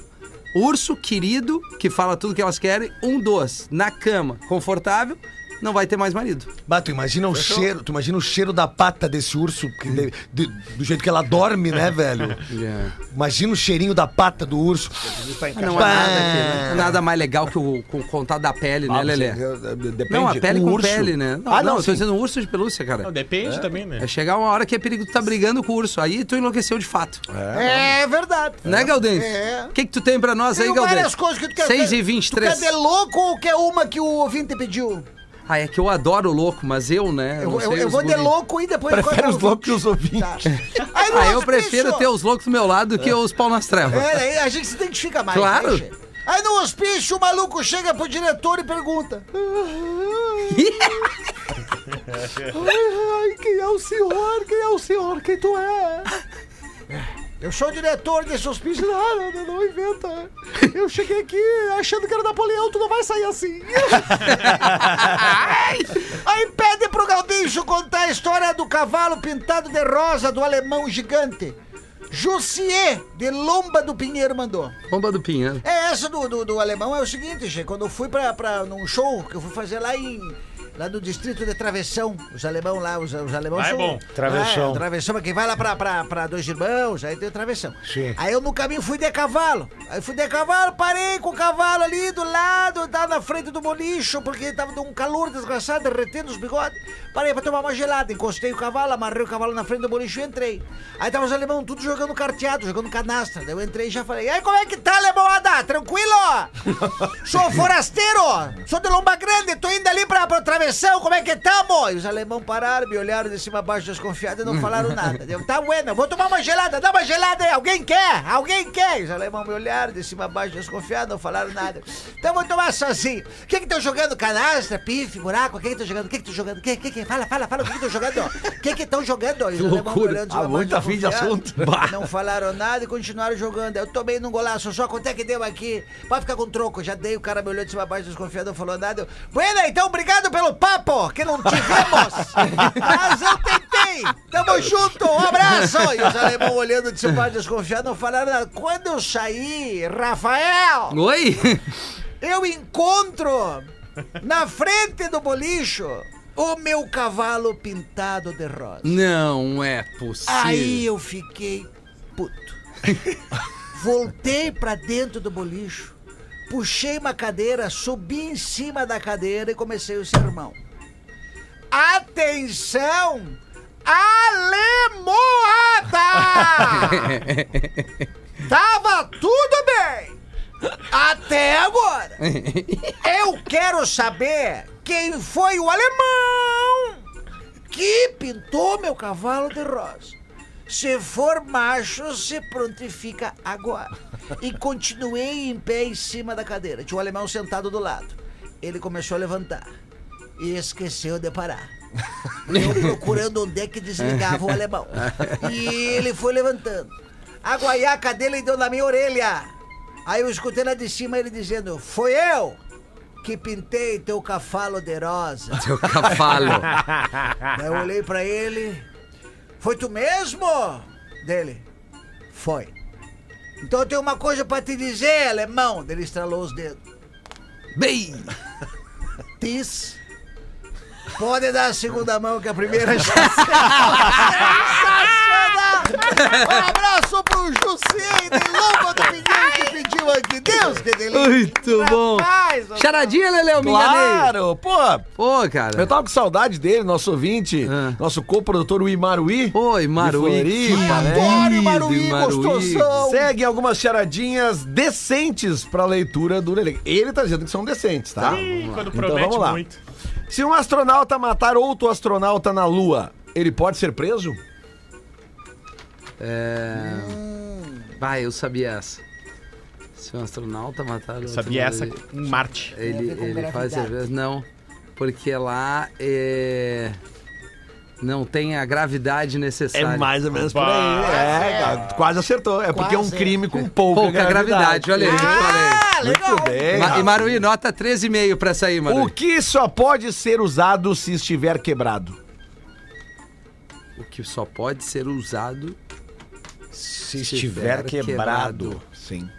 B: Urso querido, que fala tudo que elas querem, um doce, na cama, confortável, não vai ter mais marido.
G: Bah, tu imagina o cheiro, tu imagina o cheiro da pata desse urso, que de- de- do jeito que ela dorme, né, velho?
E: É.
G: Imagina o cheirinho da pata do urso.
B: Ah, Não há
G: Pá.
B: nada, aqui, né? nada mais legal que o, com o contato da pele,
E: Ah,
B: né, Lelê?
E: Depende.
B: Não, a pele
E: Um
B: com
E: urso.
B: pele, né? Não,
E: Ah,
B: não,
E: não,
B: eu tô
E: sim.
B: dizendo urso de pelúcia, cara.
F: Não, depende também, né?
B: É chegar uma hora que é perigo tu tá brigando com o urso. Aí tu enlouqueceu de fato.
D: É, verdade.
B: Né, Galdêncio?
D: É.
B: O que, que tu tem pra nós aí,
D: Tem
B: Galdêncio?
D: várias coisas que tu quer
B: 6 e
D: Tu quer de
B: 23
D: louco ou quer uma que o ouvinte pediu?
B: Ah, é que eu adoro o louco, mas eu, né?
D: Eu,
B: não
D: eu,
B: sei
D: eu
B: os
D: vou de
B: guri.
D: louco e depois...
E: Prefere
D: agora
E: os
D: eu vou-
E: loucos que os ouvintes.
D: Tá. Aí,
B: Ah,
D: nós,
B: eu prefiro
D: bicho,
B: ter os loucos do meu lado do que os pau nas trevas.
D: É, aí a gente se identifica mais.
B: Claro.
D: né, Che? Aí no hospício o maluco chega pro diretor e pergunta:
E: Ai, quem é o senhor? Quem é o senhor? Quem tu é?
D: Eu sou o diretor desse hospício.
E: Não, não, não inventa. Eu cheguei aqui achando que era Napoleão, tu não vai sair assim.
D: Aí pede pro Galdeixo contar a história do cavalo pintado de rosa do alemão gigante. Jussier, de Lomba do Pinheiro, mandou.
B: Bomba do Pinheiro.
D: É, essa do, do, do alemão é o seguinte, gente. Quando eu fui pra, pra num show que eu fui fazer lá em. Lá do distrito de Travessão. Os alemão lá, os, os alemão
F: Lá é bom.
C: Travessão.
D: Ah, travessão, mas quem vai lá pra, pra, pra Dois Irmãos, aí tem o Travessão.
C: Sim.
D: Aí eu no caminho fui de cavalo. Aí fui de cavalo, parei com o cavalo ali do lado, tá na frente do bolicho, porque tava de um calor desgraçado, derretendo os bigodes. Parei pra tomar uma gelada, encostei o cavalo, amarrei o cavalo na frente do bolicho e entrei. Aí tava os alemão tudo jogando carteado, jogando canastra. Daí eu entrei e já falei, e aí como é que tá, alemãoada? Tranquilo? Sou forasteiro, sou de Lomba Grande, tô indo ali pra, pra travessão, como é que tamo? E os alemão pararam, me olharam de cima a baixo desconfiados e não falaram nada. Eu, tá bueno, vou tomar uma gelada, dá uma gelada aí, alguém quer? Alguém quer? E os alemão me olharam de cima a baixo desconfiados, não falaram nada. Então vou tomar sozinho. O que que tão jogando? Canastra, pife, buraco, o que que tão jogando? O que que tão jogando? O que que que? Fala, fala, fala, o que que tão jogando? O que que tão jogando? E os alemão me
E: loucura.
D: olhando de cima
E: Ah,
D: a baixo,
E: muita fim de
D: desconfiado.
E: assunto.
D: Não falaram nada e continuaram jogando. Eu tomei num golaço só, quanto é que deu aqui? Pode ficar com troco, já dei, o cara me olhou de cima a baixo, desconfiado, não falou nada. Eu, Bueno, então obrigado pelo papo, que não tivemos, mas eu tentei. Tamo junto, um abraço. E os alemão olhando de cima a baixo, desconfiado, não falaram nada. Quando eu saí, Rafael,
B: Oi?
D: eu encontro na frente do bolicho o meu cavalo pintado de rosa.
B: Não é possível.
D: Aí eu fiquei puto. Voltei pra dentro do bolicho, puxei uma cadeira, subi em cima da cadeira e comecei o sermão. Atenção! Alemoada! Tava tudo bem! Até agora! Eu quero saber quem foi o alemão que pintou meu cavalo de rosa. Se for macho, se prontifica agora. E continuei em pé em cima da cadeira. Tinha um alemão sentado do lado. Ele começou a levantar e esqueceu de parar. Eu procurando onde é que desligava o alemão. E ele foi levantando. A guaiaca dele deu na minha orelha. Aí eu escutei lá de cima ele dizendo: Foi eu que pintei teu cavalo de rosa.
B: Seu cavalo.
D: Daí eu olhei pra ele. Foi tu mesmo? Dele. Foi. Então eu tenho uma coisa pra te dizer, alemão. Ele estralou os dedos.
B: Bem,
D: Tis. Pode dar a segunda mão que é a primeira já saiu. Sensacional! Um abraço pro Jussier de Lomba do Pinheiro que pediu aqui. Deus que delícia!
B: muito bom.
D: Rapaz, ó.
B: Charadinha, Leleu, me enganei.
E: Claro, pô.
B: Pô, cara.
E: Eu tava com saudade dele, nosso ouvinte,
B: Ah.
E: nosso co-produtor, o Imaruí.
B: Oi,
E: De
B: Maruí. que
E: Floripa, né?
D: Adoro o
B: lindo,
D: Maruí,
B: Maruí.
D: gostosão!
E: Segue algumas charadinhas decentes pra leitura do Lele. Ele tá dizendo que são decentes, tá?
B: É
F: Ih, quando
E: Então
F: promete
E: vamos lá.
F: muito.
E: Se um astronauta matar outro astronauta na Lua, ele pode ser preso?
B: É, Vai, eu sabia essa. Se um astronauta matar outro,
F: Sabia essa
B: ele-
F: em Marte.
B: Ele,
D: Tem a ver com
B: ele faz a
D: gravidade.
B: vez. Não, porque lá é. Não tem a gravidade
F: É
B: necessária.
E: ou menos
F: Bah.
E: É, cara, quase acertou. É porque é um
D: Quase.
E: crime com pouca,
B: Pouca gravidade, olha aí.
D: Ah, legal!
E: Muito bem.
B: Ma e
E: Rafa.
B: Maruí, nota 13,5 pra sair,
E: O
B: Maruí.
E: que só pode ser usado se estiver quebrado?
B: O que só pode ser usado.
E: Se
B: estiver quebrado.
E: Sim.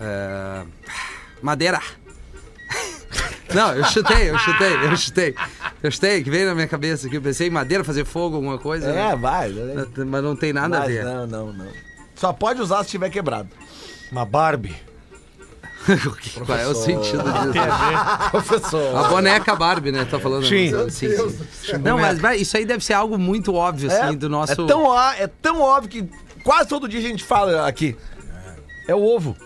B: é, Madeira. Não, eu chutei, eu chutei, eu chutei. Eu chutei, que veio na minha cabeça aqui. Eu pensei em madeira, fazer fogo, alguma coisa.
E: É,
B: né?
E: vai.
B: Mas não tem nada a
E: Mas
B: ver.
E: não, não, não. Só pode usar se estiver quebrado.
C: Uma Barbie.
B: O que- Qual é o sentido disso?
E: Professor.
B: A boneca Barbie, né? Tá falando.
C: Sim.
B: Sim, sim. Não, mas vai, isso aí deve ser algo muito óbvio, assim, do nosso.
E: é, tão, ó- é tão óbvio que quase todo dia a gente fala aqui. É o ovo.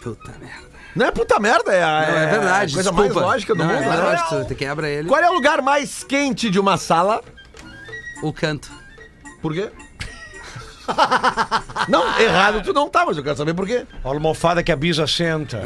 B: Puta merda.
E: Não é puta merda, é, a,
B: Não, é verdade.
E: a coisa
B: desculpa.
E: mais lógica do
B: Não,
E: mundo.
B: É
E: né?
B: lógico, tu quebra ele.
E: Qual é o lugar mais quente de uma sala?
B: O canto.
E: Por quê? não, errado tu não tá, mas eu quero saber por quê.
C: A almofada que a Bisa senta.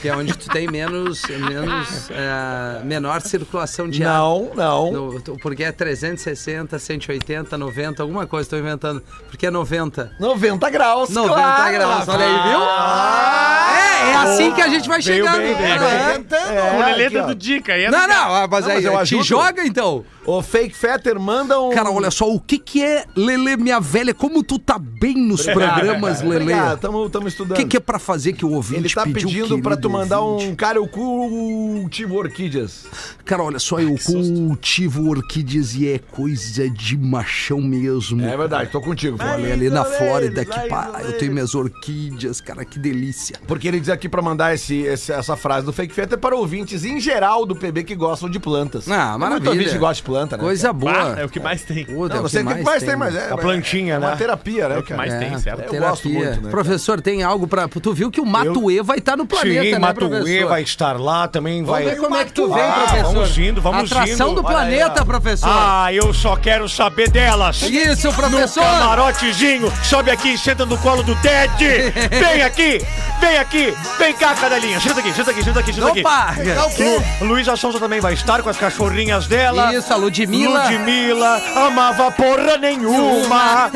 B: Que é onde tu tem menos. menos eh, menor circulação de ar.
E: Não, não.
B: No- tu- porque é 360, 180, 90, alguma coisa, tô inventando. Porque é 90.
E: 90 graus,
B: 90
E: claro.
B: graus, olha aí, viu?
E: Ah,
B: é, é, é assim que a gente vai
F: Veio
B: chegando.
F: bem, veio
B: não é?
F: bem. Por a letra do Dica. aí é
B: Não,
F: do cara.
B: não, mas
E: Não,
B: aí
E: mas eu
B: te
E: ajudo.
B: joga então.
E: O Fake Fetter manda um.
B: Cara, olha só, o que que é, Lele, minha velha? Como tu tá bem nos programas, Lele?
E: Estamos
B: O
E: estudando.
B: que que é pra fazer que o ouvinte
E: Ele tá
B: pediu,
E: pedindo pra
B: querido
E: tu mandar
B: ouvinte?
E: um cara o cultivo orquídeas.
B: Cara, olha só, eu cultivo orquídeas e é coisa de machão mesmo.
E: É verdade, tô contigo. Fábio.
B: Olha ali na Flórida, que pá, eu tenho minhas orquídeas, cara, que delícia.
E: Porque ele diz aqui pra mandar esse, esse- essa frase do Fake Fetter para ouvintes em geral do PB que gostam de plantas.
B: Ah,
E: Tem
B: maravilha.
E: Muito ouvinte que gosta de planta, né?
B: Coisa boa.
F: Ah, é o que mais tem.
B: Puta,
E: Não,
B: é o
E: não sei o que mais tem, mas é.
C: A plantinha,
E: é uma
C: né?
E: terapia, né?
F: É o que
E: cara?
F: mais
B: É,
F: tem, certo?
E: Eu gosto
B: terapia.
E: muito, né?
B: Professor, tem algo pra. Tu viu que o Matuê vai estar no planeta,
C: Sim,
B: né,
C: Matuê
B: professor?
C: vai estar lá também.
B: Vamos
C: Vai...
B: ver como é que tu vem,
C: Ah,
B: professor.
C: vamos indo, vamos
B: Atração
C: indo.
B: do
C: Olha
B: planeta, professor.
C: Ah, eu só quero saber delas.
B: Isso, professor.
C: Camarotezinho, sobe aqui, senta no colo do Ted. Vem aqui, vem aqui, vem cá, cadelinha. Senta aqui, senta aqui, senta aqui, senta aqui.
B: Opa!
D: É
C: Lu, Luísa Souza também vai estar com as cachorrinhas dela.
B: Isso, a Ludmilla.
C: Ludmilla, amava porra nenhuma.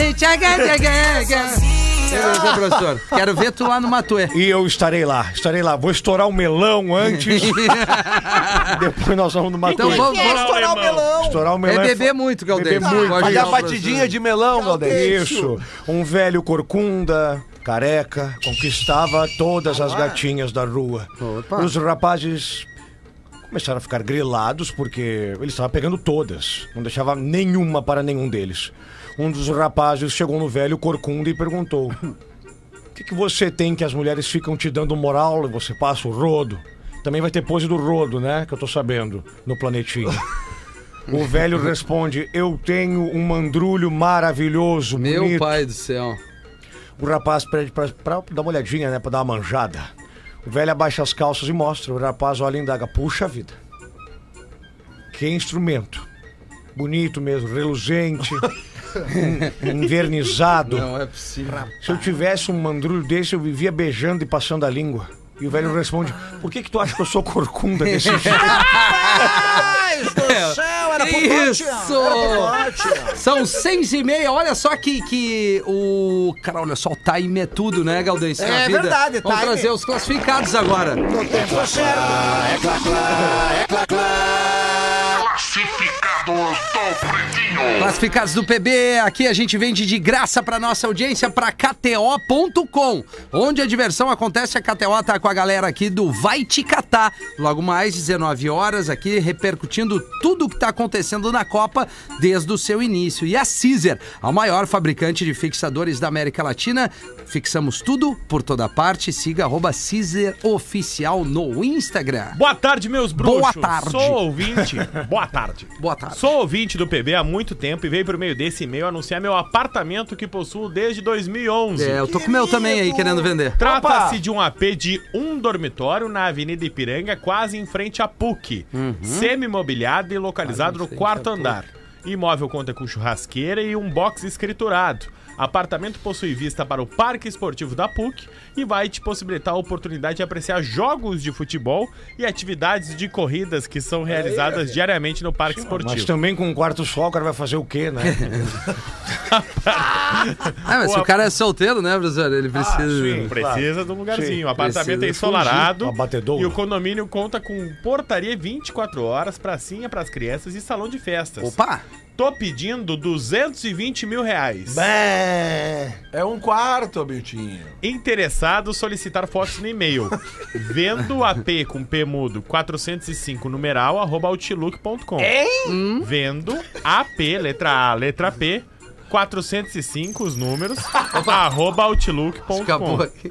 B: Beleza, professor. Quero ver tu lá no Matuê.
C: E eu estarei lá, estarei lá. Vou estourar o melão antes, depois nós vamos no
B: Então
C: Matuê.
B: vamos.
F: Não,
B: vamos-
D: Estourar o
F: alemão.
D: melão.
C: Estourar o
B: É
C: melão. e
B: beber muito, Galdês.
C: Beber muito.
B: Pode
E: Vai dar
B: ajudar,
E: batidinha de melão, Galdês.
C: Isso. Um velho corcunda, careca, conquistava todas as gatinhas da rua.
B: Opa.
C: Os rapazes começaram a ficar grilados porque ele estava pegando todas, não deixava nenhuma para nenhum deles. Um dos rapazes chegou no velho corcunda e perguntou: O que, que você tem que as mulheres ficam te dando moral e você passa o rodo? Também vai ter pose do rodo, né? Que eu tô sabendo, no planetinho. O velho responde: Eu tenho um mandrulho maravilhoso,
B: Meu
C: bonito.
B: pai do céu.
C: O rapaz pede pra, pra dar uma olhadinha, né? Pra dar uma manjada. O velho abaixa as calças e mostra. O rapaz olha e indaga. Puxa vida. Que instrumento. Bonito mesmo, reluzente, um, en- envernizado.
B: é possível.
C: Se
G: Tá.
C: eu tivesse um mandrulho desse, eu vivia beijando e passando a língua. E o velho responde: Por que, que tu acha que eu sou corcunda desse jeito?
D: Rapaz
C: É.
D: do céu, era pro
B: Isso!
D: pote, ó.
B: São seis e meia, olha só que, que o. Cara, olha só, o time é tudo, né, Galdês? na
D: É
B: vida.
D: verdade,
B: Vamos
D: time.
B: trazer os classificados agora.
D: Era pro pote. Tempo certo.
B: Classificados do PB, aqui a gente vende de graça pra nossa audiência pra KTO.com, onde a diversão acontece. A KTO tá com a galera aqui do Vai Te Catar. Logo mais, 19 horas, aqui repercutindo tudo o que tá acontecendo na Copa desde o seu início. E a Caesar, a maior fabricante de fixadores da América Latina, fixamos tudo por toda parte. Siga arroba Caesar Oficial no Instagram.
F: Boa tarde, meus bruxos.
B: Boa tarde.
F: Sou ouvinte. Boa tarde.
B: Boa tarde.
F: Sou ouvinte do PB há muito tempo e veio por meio desse e-mail anunciar meu apartamento que possuo desde 2011.
B: É, eu tô com o meu também aí querendo vender.
F: Trata-se de um AP de um dormitório na Avenida Ipiranga, quase em frente à PUC.
C: Uhum.
F: Semi-mobiliado e localizado no quarto andar. Imóvel conta com churrasqueira e um box escriturado. Apartamento possui vista para o Parque Esportivo da PUC e vai te possibilitar a oportunidade de apreciar jogos de futebol e atividades de corridas que são realizadas diariamente no Parque Esportivo.
C: assim. Mas também com um quarto só, o cara vai fazer o quê, né?
B: Ah, mas se o cara é solteiro, né, professor? Ele precisa.
C: sim.
F: Precisa de um lugarzinho.
C: Sim,
F: o apartamento
B: precisa
F: é ensolarado.
C: fugir. Uma batedoura.
F: E o condomínio conta com portaria 24 horas, pracinha para as crianças e salão de festas.
B: Opa!
F: Tô pedindo 220 mil reais.
E: É um quarto, Biltinho.
F: Interessado, solicitar fotos no e-mail. Vendo o AP com P mudo 405 numeral arroba outlook.com.
B: Hum?
F: Vendo AP, letra A, letra P. 405 os números arroba
B: Acabou
F: outlook.com.
B: aqui.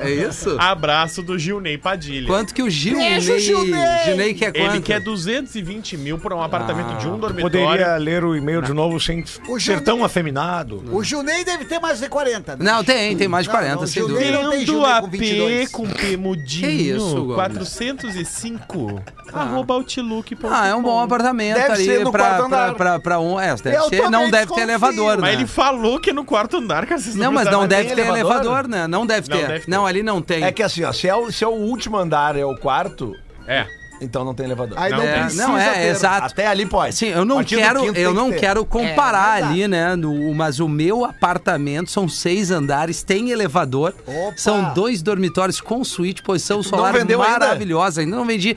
B: É isso?
F: Ah, Abraço do Gilney Padilha.
B: Quanto que o Gilney... Gilney quer quanto?
F: Ele quer 220 mil por um apartamento de um dormitório.
C: Poderia ler o e-mail de novo sem ser tão afeminado.
D: O Junei deve ter mais de 40. né?
B: Não, tem, tem mais de
D: Não,
B: 40,
D: não,
B: sem
D: Gilney
B: dúvida.
D: não tem
F: Vendo
D: Gilney
F: a
D: com
F: P
D: 22.
F: com P mudinho,
B: Que isso, Gomes?
F: 405, arroba outlook.com.
B: Ah, é um bom apartamento
E: Deve
B: ali
E: ser no
B: pra,
E: quarto
B: pra,
E: andar.
B: pra, pra um. É, deve
E: Eu
B: ser, não
E: também
B: deve ter
E: desconfio,
B: elevador, né?
F: Mas ele falou que é no quarto andar, cara. Vocês
B: Não, mas
F: precisaram nem
B: não deve ter elevador?
E: elevador?
B: né? Não deve
F: Não
B: ter.
F: deve ter.
B: Não, ali não tem.
E: É que assim, ó, se é, o, se é o último andar, é o quarto,
F: É.
E: Então não tem elevador.
G: Aí não,
B: É,
G: precisa
B: não, é,
G: ter.
B: exato.
E: Até ali pode.
B: Assim, eu não
E: Partido do
B: quero,
E: quinto
B: eu
E: tem
B: não
E: que ter.
B: quero comparar
D: É,
B: ali, né? no- mas o meu apartamento são seis andares, tem elevador,
D: Opa!
B: são dois dormitórios com suíte, posição solar
E: vendeu ainda?
B: maravilhosa. Ainda? não vendi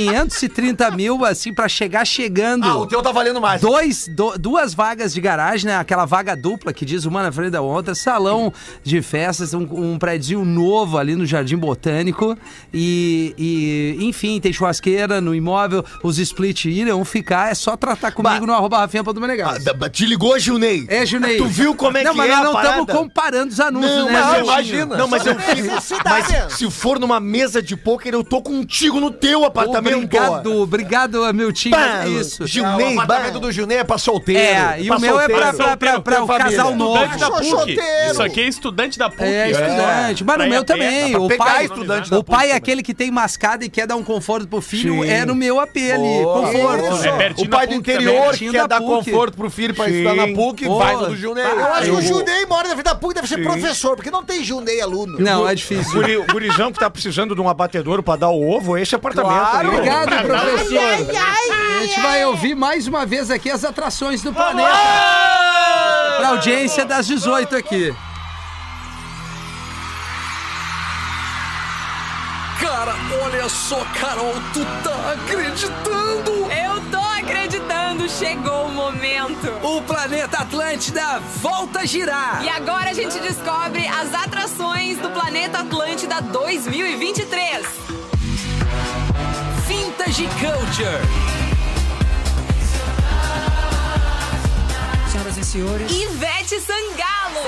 B: 530 mil assim pra chegar chegando.
E: Ah, o teu tá valendo mais.
B: Dois, do- duas vagas de garagem, né? Aquela vaga dupla que diz uma na frente da outra, salão de festas, um, um prédio novo ali no Jardim Botânico. E, e, enfim, tem churrasqueira no imóvel, os split irão ficar, é só tratar comigo no arroba Rafinha Ponto Menegas.
G: Ah, Te ligou, Gilney?
B: É, Junei.
G: Tu viu como é
B: não,
G: que
B: mas
G: é
B: nós
G: a
B: não
G: parada?
B: comparando os anúncios,
G: Não,
B: né?
G: mas eu
B: Jorginho?
G: imagino. Não, mas eu fico. Mas se for numa mesa de pôquer, eu tô contigo no teu apartamento.
B: Obrigado, obrigado, meu time.
G: Bah,
B: é isso.
E: Ah, O
G: Gilney,
E: apartamento do Junê é pra solteiro.
B: É, e
E: pra
B: o meu é pra,
E: solteiro.
B: pra, pra, pra o casal
F: Estudante
B: novo.
F: da PUC.
G: Xoxoteiro.
F: Isso aqui é estudante da PUC.
B: É, estudante. Mas no
F: Pra ir
B: meu
F: a pé,
B: também.
F: dá pra
B: O
E: pegar
B: pai,
E: estudante
B: o pai é aquele que tem mascada e quer dar um conforto pro filho. É no meu AP ali. Conforto.
F: É pertinho
E: O pai do
F: da PUC
E: interior
B: também.
E: que
B: Pertinho
E: quer
B: da
E: dar
B: PUC. Tá,
E: conforto pro filho pra estudar na PUC,
B: Pô.
E: vai no do Junê.
D: Eu acho que o
B: Eu-
D: Junei mora na vida da PUC, deve ser professor, porque não tem Junei aluno.
B: Não, é difícil.
C: Guri, gurizão que tá precisando de um abatedouro pra dar o ovo, esse apartamento.
E: Claro.
C: né?
B: Obrigado, professor. A gente vai ouvir mais uma vez aqui as atrações do planeta. Pra audiência das 18 aqui.
H: Cara, olha só, Carol, tu tá acreditando?
I: Eu tô acreditando, chegou o momento.
B: O planeta Atlântida volta a girar.
I: E agora a gente descobre as atrações do Planeta Atlântida 2023.
B: Vintage Culture.
I: Ivete Sangalo.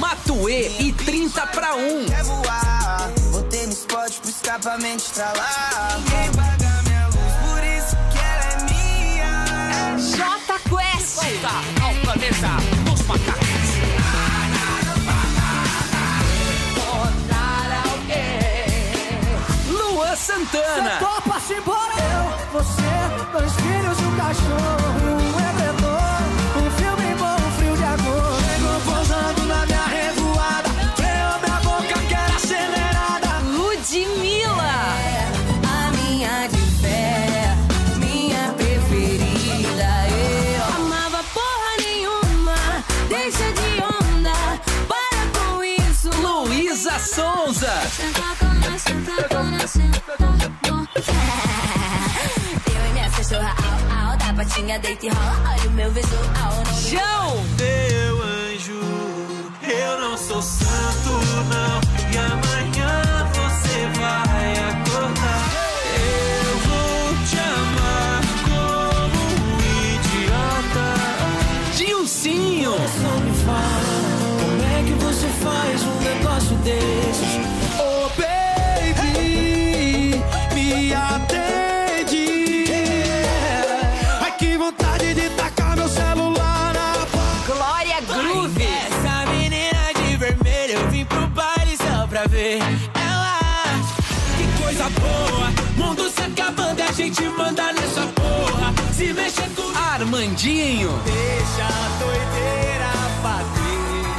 B: Matuê e 30 pra 1.
I: Jota Quest.
B: Luan Santana.
H: Topa-se embora eu, você, dois filhos, um cachorro, um edredom, um filme bom, um frio de agosto. Chegou pousando na minha revoada, freou minha boca que era acelerada.
I: Ludmilla.
H: É A minha de fé, minha preferida, eu amava porra nenhuma, deixa de onda, para com isso.
B: Luísa Sonza.
H: Eu e minha cachorra, au, au, da patinha, deita e rola. Olha o meu visual, não me
I: João.
H: meu anjo, eu não sou santo, não. E amanhã você vai acordar. Eu vou te amar como um idiota.
B: Dilcinho.
H: Só me fala, como é que você faz um negócio desses? Oh, baby, me atende. Ai, que vontade de tacar meu celular na parede.
I: Glória Groove.
H: Essa menina de vermelho, eu vim pro baile só pra ver ela. Que coisa boa, mundo se acabando e a gente manda nessa porra. Se mexer com
B: Armandinho.
H: deixa a doideira bater.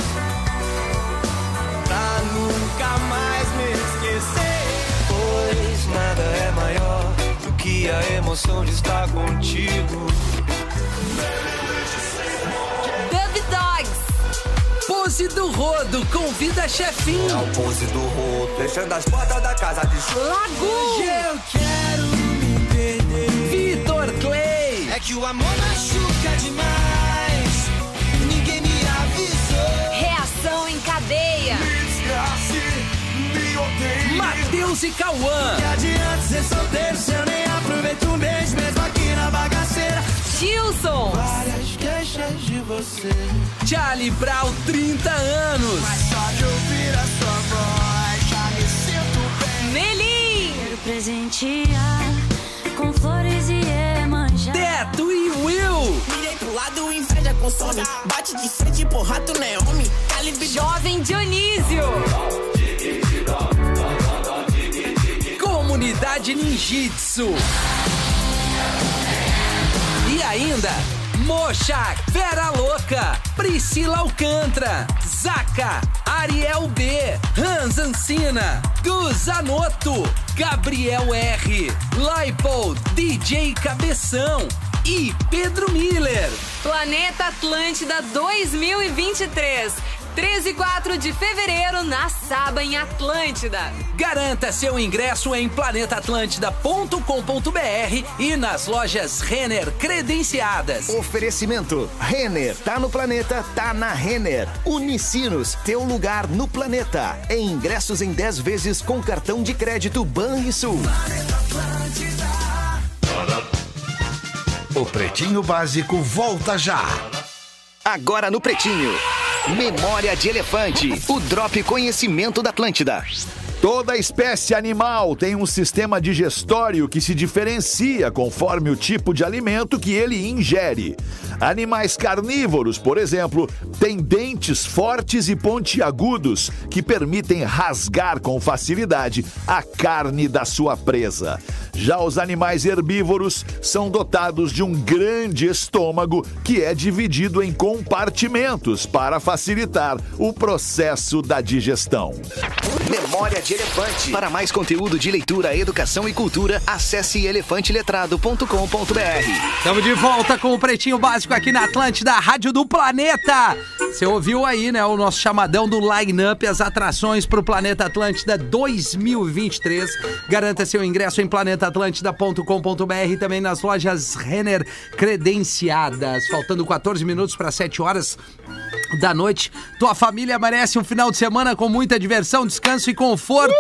H: Pra nunca mais me esquecer. Pois nada é maior do que a emoção de estar contigo.
I: Dub Dogs.
B: Pose do Rodo. Convida chefinho.
H: Pose do roto, deixando as portas da casa de show.
I: Lagoon.
H: Eu quero me perder.
B: Vitor Clay.
H: É que o amor machuca demais. Ninguém me avisou.
I: Reação em cadeia.
H: Desgrace, me odeio.
B: Matheus e Cauã.
H: Que adianta ser solteiro se eu nem aproveito um beijo, mesmo aqui na bagaceira.
I: Gilson.
H: Várias queixas de você.
B: Charlie Brown, 30 anos.
H: Só de ouvir a sua voz, já me sinto bem.
I: Melim.
H: Presentear com flores e emanjar.
B: Teto e Will.
H: Mirei pro lado, inveja consome. Bate de frente, porra, tu não é homem. Calibre
I: Jovem Dionísio.
B: Comunidade Ninjitsu. E ainda, Mocha, Vera Louca, Priscila Alcântara, Zaca, Ariel B, Hans Ancina, Guzanoto, Gabriel R, Laipold, DJ Cabeção e Pedro Miller.
I: Planeta Atlântida 2023. 13 e 4 de fevereiro na Saba em Atlântida.
B: Garanta seu ingresso em planetaatlântida.com.br e nas lojas Renner credenciadas.
J: Oferecimento: Renner. Tá no planeta, tá na Renner. Unicinos, teu lugar no planeta. Em ingressos em 10 vezes com cartão de crédito Banrisul.
A: O Pretinho Básico volta já.
J: Agora no Pretinho. Memória de Elefante, o Drop Conhecimento da Atlântida.
K: Toda espécie animal tem um sistema digestório que se diferencia conforme o tipo de alimento que ele ingere. Animais carnívoros, por exemplo, têm dentes fortes e pontiagudos que permitem rasgar com facilidade a carne da sua presa. Já os animais herbívoros são dotados de um grande estômago que é dividido em compartimentos para facilitar o processo da digestão.
J: Memória de Elefante. Para mais conteúdo de leitura, educação e cultura, acesse elefanteletrado.com.br.
B: Estamos de volta com o Pretinho Básico aqui na Atlântida, a Rádio do Planeta. Você ouviu aí, né, o nosso chamadão do line-up, as atrações pro Planeta Atlântida 2023. Garanta seu ingresso em planetaatlântida.com.br e também nas lojas Renner credenciadas. Faltando 14 minutos para 7 horas da noite. Tua família merece um final de semana com muita diversão, descanso e conforto.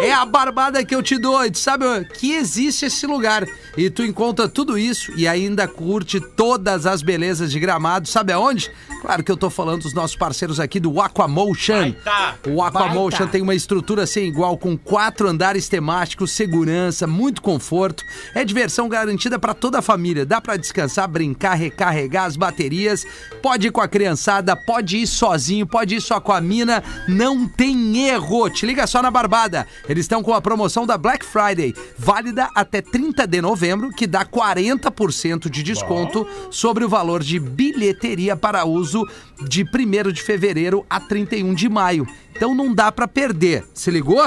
B: É a barbada que eu te dou. E tu sabe ó, que existe esse lugar. E tu encontra tudo isso e ainda curte todas as belezas de gramado. Sabe aonde? Claro que eu tô falando dos nossos parceiros aqui do Aquamotion. O Aquamotion tem uma estrutura sem igual, com quatro andares temáticos, segurança, muito conforto. É diversão garantida para toda a família. Dá para descansar, brincar, recarregar as baterias. Pode ir com a criançada, pode ir sozinho, pode ir só com a mina. Não tem erro. Te liga só na Barbada. Eles estão com a promoção da Black Friday, válida até 30 de novembro, que dá 40% de desconto sobre o valor de bilheteria para uso de 1 de fevereiro a 31 de maio. Então não dá para perder. Se ligou?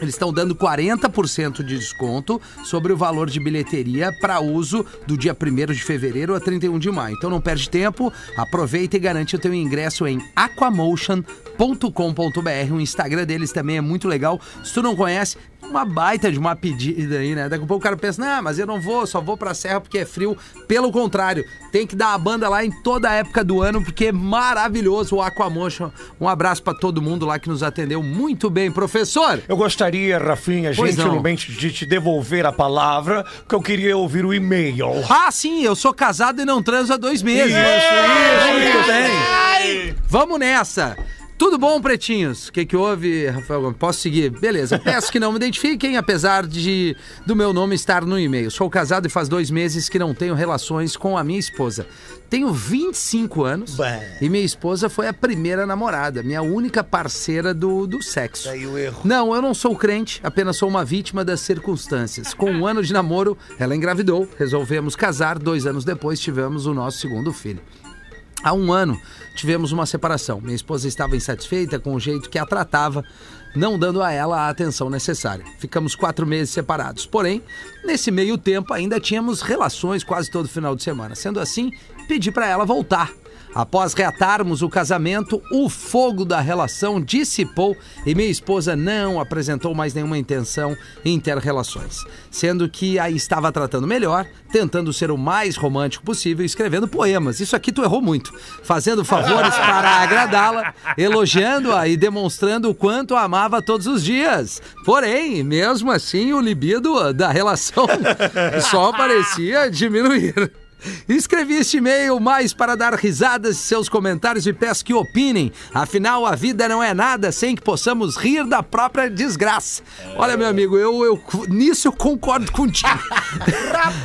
B: Eles estão dando 40% de desconto sobre o valor de bilheteria para uso do dia 1 de fevereiro a 31 de maio. Então não perde tempo, aproveita e garante o teu ingresso em aquamotion.com.br. O Instagram deles também é muito legal. Se tu não conhece, uma baita de uma pedida aí, né? Daqui a pouco o cara pensa, não, mas eu não vou, só vou pra serra porque é frio. Pelo contrário, tem que dar a banda lá em toda a época do ano, porque é maravilhoso o Aquamotion. Um abraço para todo mundo lá que nos atendeu muito bem. Professor,
C: Eu gostaria, Rafinha,
B: Pois não.
C: gentilmente, de te devolver a palavra, porque eu queria ouvir o e-mail.
B: Ah, sim, eu sou casado e não transo há dois meses.
C: isso, isso.
B: Vamos nessa. Tudo bom, pretinhos? O que, que houve, Rafael Gomes? Posso seguir? Beleza. Peço que não me identifiquem, apesar de do meu nome estar no e-mail. Sou casado e faz dois meses que não tenho relações com a minha esposa. Tenho 25 anos e minha esposa foi a primeira namorada, minha única parceira do, do sexo.
G: Daí o erro.
B: Não, eu não sou crente, apenas sou uma vítima das circunstâncias. Com um ano de namoro, ela engravidou, resolvemos casar, dois anos depois tivemos o nosso segundo filho. Há um ano tivemos uma separação. Minha esposa estava insatisfeita com o jeito que a tratava, não dando a ela a atenção necessária. Ficamos quatro meses separados. Porém, nesse meio tempo ainda tínhamos relações quase todo final de semana. Sendo assim, pedi para ela voltar. Após reatarmos o casamento, o fogo da relação dissipou e minha esposa não apresentou mais nenhuma intenção em ter relações, sendo que a estava tratando melhor, tentando ser o mais romântico possível, e escrevendo poemas. Isso aqui tu errou muito. Fazendo favores para agradá-la, elogiando-a e demonstrando o quanto a amava todos os dias. Porém, mesmo assim, o libido da relação só parecia diminuir. Escrevi este e-mail mais para dar risadas, seus comentários e peço que opinem. Afinal, a vida não é nada sem que possamos rir da própria desgraça. Olha, meu amigo, eu, eu nisso eu concordo contigo.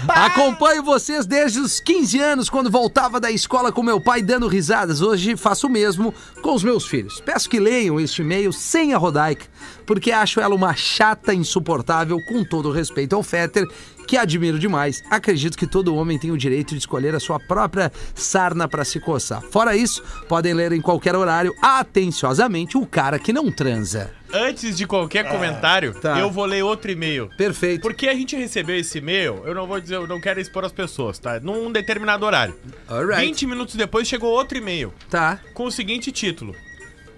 B: Acompanho vocês desde os 15 anos, quando voltava da escola com meu pai dando risadas. Hoje faço o mesmo com os meus filhos. Peço que leiam este e-mail sem a Rodaica, porque acho ela uma chata insuportável, com todo respeito ao Fetter, que admiro demais, acredito que todo homem tem o direito de escolher a sua própria sarna para se coçar. Fora isso, podem ler em qualquer horário, atenciosamente, o cara que não transa.
F: Antes de qualquer comentário,
B: tá.
F: eu vou ler outro e-mail.
B: Perfeito.
F: Porque a gente recebeu esse e-mail, eu não vou dizer, eu não quero expor as pessoas, tá? Num determinado horário.
B: Alright.
F: 20 minutos depois chegou outro e-mail.
B: Tá.
F: Com o seguinte título: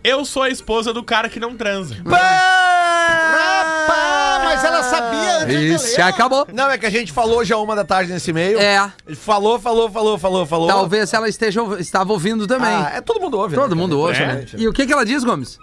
F: Eu sou a esposa do cara que não transa.
E: Rapaz, mas ela sabia
B: antes de Isso, ler. acabou.
E: Não, é que a gente falou já uma da tarde nesse e-mail.
B: É.
E: Falou, falou, falou, falou, falou.
B: Talvez ela esteja, ouv- estava ouvindo também.
E: Ah, é, todo mundo ouve.
B: Todo
E: né,
B: mundo
E: cara?
B: ouve,
E: É.
B: né? E o que, que ela diz, Gomes?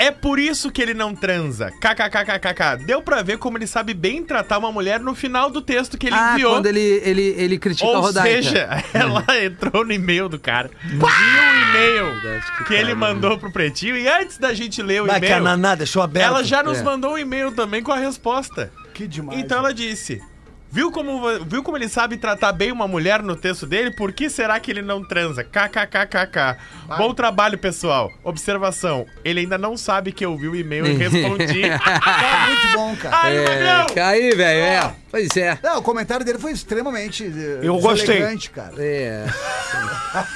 F: É por isso que ele não transa. KKKKKK. Deu pra ver como ele sabe bem tratar uma mulher no final do texto que ele
B: ah,
F: enviou.
B: quando ele, ele, ele critica a
F: Ou
B: Rodaica. É.
F: seja, ela entrou no e-mail do cara, viu o e-mail que
B: né?
F: ele mandou pro Pretinho e antes da gente ler o
L: Vai,
F: e-mail,
L: Cananá, deixou aberto.
F: ela já nos
L: É.
F: mandou um e-mail também com a resposta. Que demais. Então ela disse: Viu como, vo- viu como ele sabe tratar bem uma mulher no texto dele? Por que será que ele não transa? KKKKK. Bom trabalho, pessoal. Observação: ele ainda não sabe que eu vi o e-mail e respondi.
B: É,
D: Tá muito bom, cara.
F: Ai, Magrão!
B: Aí, velho, é. Pois é.
D: Não, o comentário dele foi extremamente eh,
C: Eu gostei.
D: deselegante, cara.
B: É.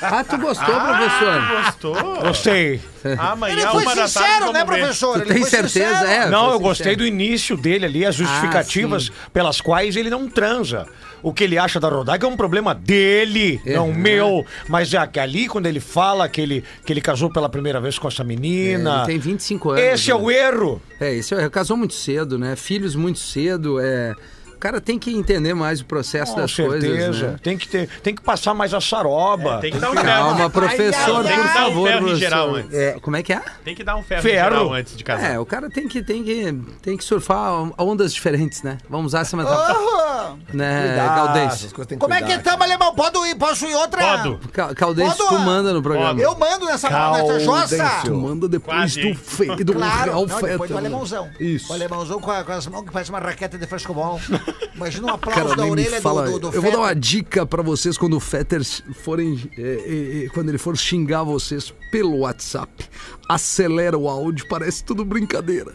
B: Ah, tu gostou, professor?
F: Gostou?
C: Gostei.
F: Amanhã,
D: Ele foi
F: uma da tarde,
D: sincero,
F: vamos
D: né,
F: ver.
D: professor?
B: Tu
D: Ele
B: tem
D: foi
B: certeza?
D: sincero.
B: É,
C: Não,
B: foi
C: eu gostei
B: sincero. Ah,
C: do início dele ali, as justificativas pelas quais ele não transa. O que ele acha da Rodaica é um problema dele, não
B: Uhum.
C: meu. Mas é que ali, quando ele fala que ele, que ele casou pela primeira vez com essa menina.
B: É, Ele tem 25 anos.
C: Ah, esse é
B: né?
C: o erro.
B: É, isso é, casou muito cedo, né? Filhos muito cedo, é. O cara tem que entender mais o processo
C: Com
B: das coisas,
C: certeza.
B: né?
C: Tem, que ter, tem que passar mais a saroba.
F: Tem que dar um ferro.
B: Calma, professor,
F: Tem que
B: por
F: dar um
B: favor,
F: ferro em
B: professor.
F: geral antes.
B: É, como é que é?
F: Tem que dar um ferro,
C: Ferro.
F: Em geral antes de casar.
B: É, o cara tem que, tem que, tem que surfar on- ondas diferentes, né? Vamos usar essa metáfora.
D: Ah,
B: né, Caldense?
D: Como é que estamos, alemão? Posso ir, posso ir outra?
F: Podo.
B: Ca- Caldense,
D: Podo,
B: tu
D: ah.
B: manda no programa.
D: Eu mando nessa, nessa jossa.
B: Tu manda depois
F: Quase,
B: do
F: hein?
B: feio do
D: Claro,
B: real
D: não,
B: feta,
D: depois do
B: né?
D: alemãozão.
B: Isso.
D: O alemãozão com, a- com as mãos que parece uma raqueta de frescobol. Imagina um aplauso
B: Cara,
D: da
B: nem me
D: orelha do-
B: fala.
D: do, do,
B: eu vou dar
D: Fetter.
B: uma dica pra vocês quando o Fetter forem. é, é, é, quando ele for xingar vocês pelo WhatsApp. Acelera o áudio, parece tudo brincadeira.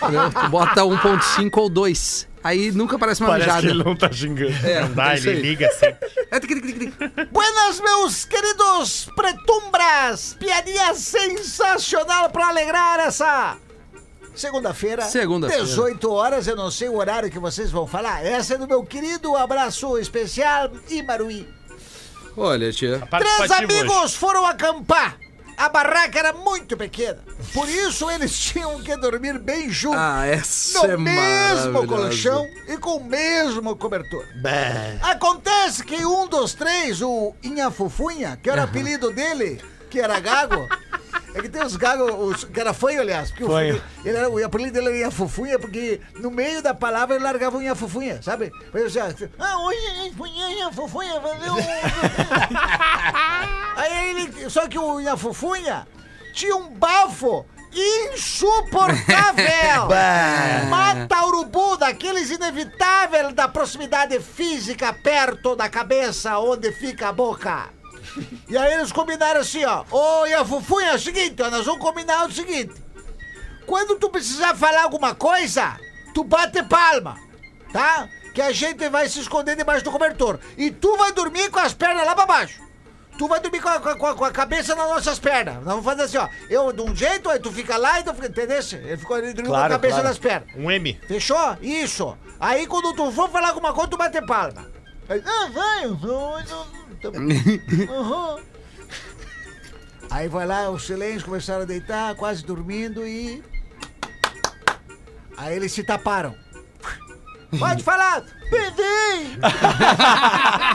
B: Entendeu? tu bota 1.5 ou 2. Aí nunca parece uma
F: Parece que
B: mijada.
F: ele não tá xingando. não
B: é
F: dá,
B: isso
F: ele
B: aí.
F: liga assim. sempre.
B: É, tic, tic, tic, tic.
D: Buenas, meus queridos pretumbras! Piadinha sensacional pra alegrar essa segunda-feira,
B: Segunda-feira.
D: 18 horas. Eu não sei o horário que vocês vão falar. Essa é do meu querido abraço especial, Imaruí.
B: Olha, tia.
D: Três
F: Participativo
D: amigos
F: hoje.
D: foram acampar. A barraca era muito pequena, por isso eles tinham que dormir bem juntos.
B: Ah, essa é
D: no mesmo
B: maravilhosa.
D: colchão e com o mesmo cobertor. Acontece que um dos três, o Inhafufunha, que era o apelido dele, que era gago, é que tem os gagos, os- que era fanho, aliás, porque o,
C: Fanho.
D: filho- ele era, o apelido dele era Inhafufunha, porque no meio da palavra ele largava o Inhafufunha, sabe? Por exemplo, assim, ah, hoje Inhafufunha, Inhafufunha, um-" valeu! Aí ele, só que o Inhafufunha tinha um bafo insuportável! Mata urubu daqueles inevitável da proximidade física perto da cabeça onde fica a boca. E aí eles combinaram assim, ó. Ô, Iafufunha, é o seguinte, ó, nós vamos combinar o seguinte. Quando tu precisar falar alguma coisa, tu bate palma, tá? Que a gente vai se esconder debaixo do cobertor. E tu vai dormir com as pernas lá pra baixo. Tu vai dormir com a, com a- com a cabeça nas nossas pernas. Nós vamos fazer assim, ó. Eu de um jeito, aí tu fica lá e tu fica. Entendeu? Ele ficou ali dormindo
C: Claro,
D: com a cabeça
C: claro.
D: nas pernas.
F: Um M.
D: Fechou? Isso. Aí quando tu for falar alguma coisa, tu bate palma. Aí, ah, vai, eu vou, eu vou, tá bom. Uhum. Aí vai lá, o silêncio, começaram a deitar, quase dormindo e. Aí eles se taparam. Pode falar! Pedim!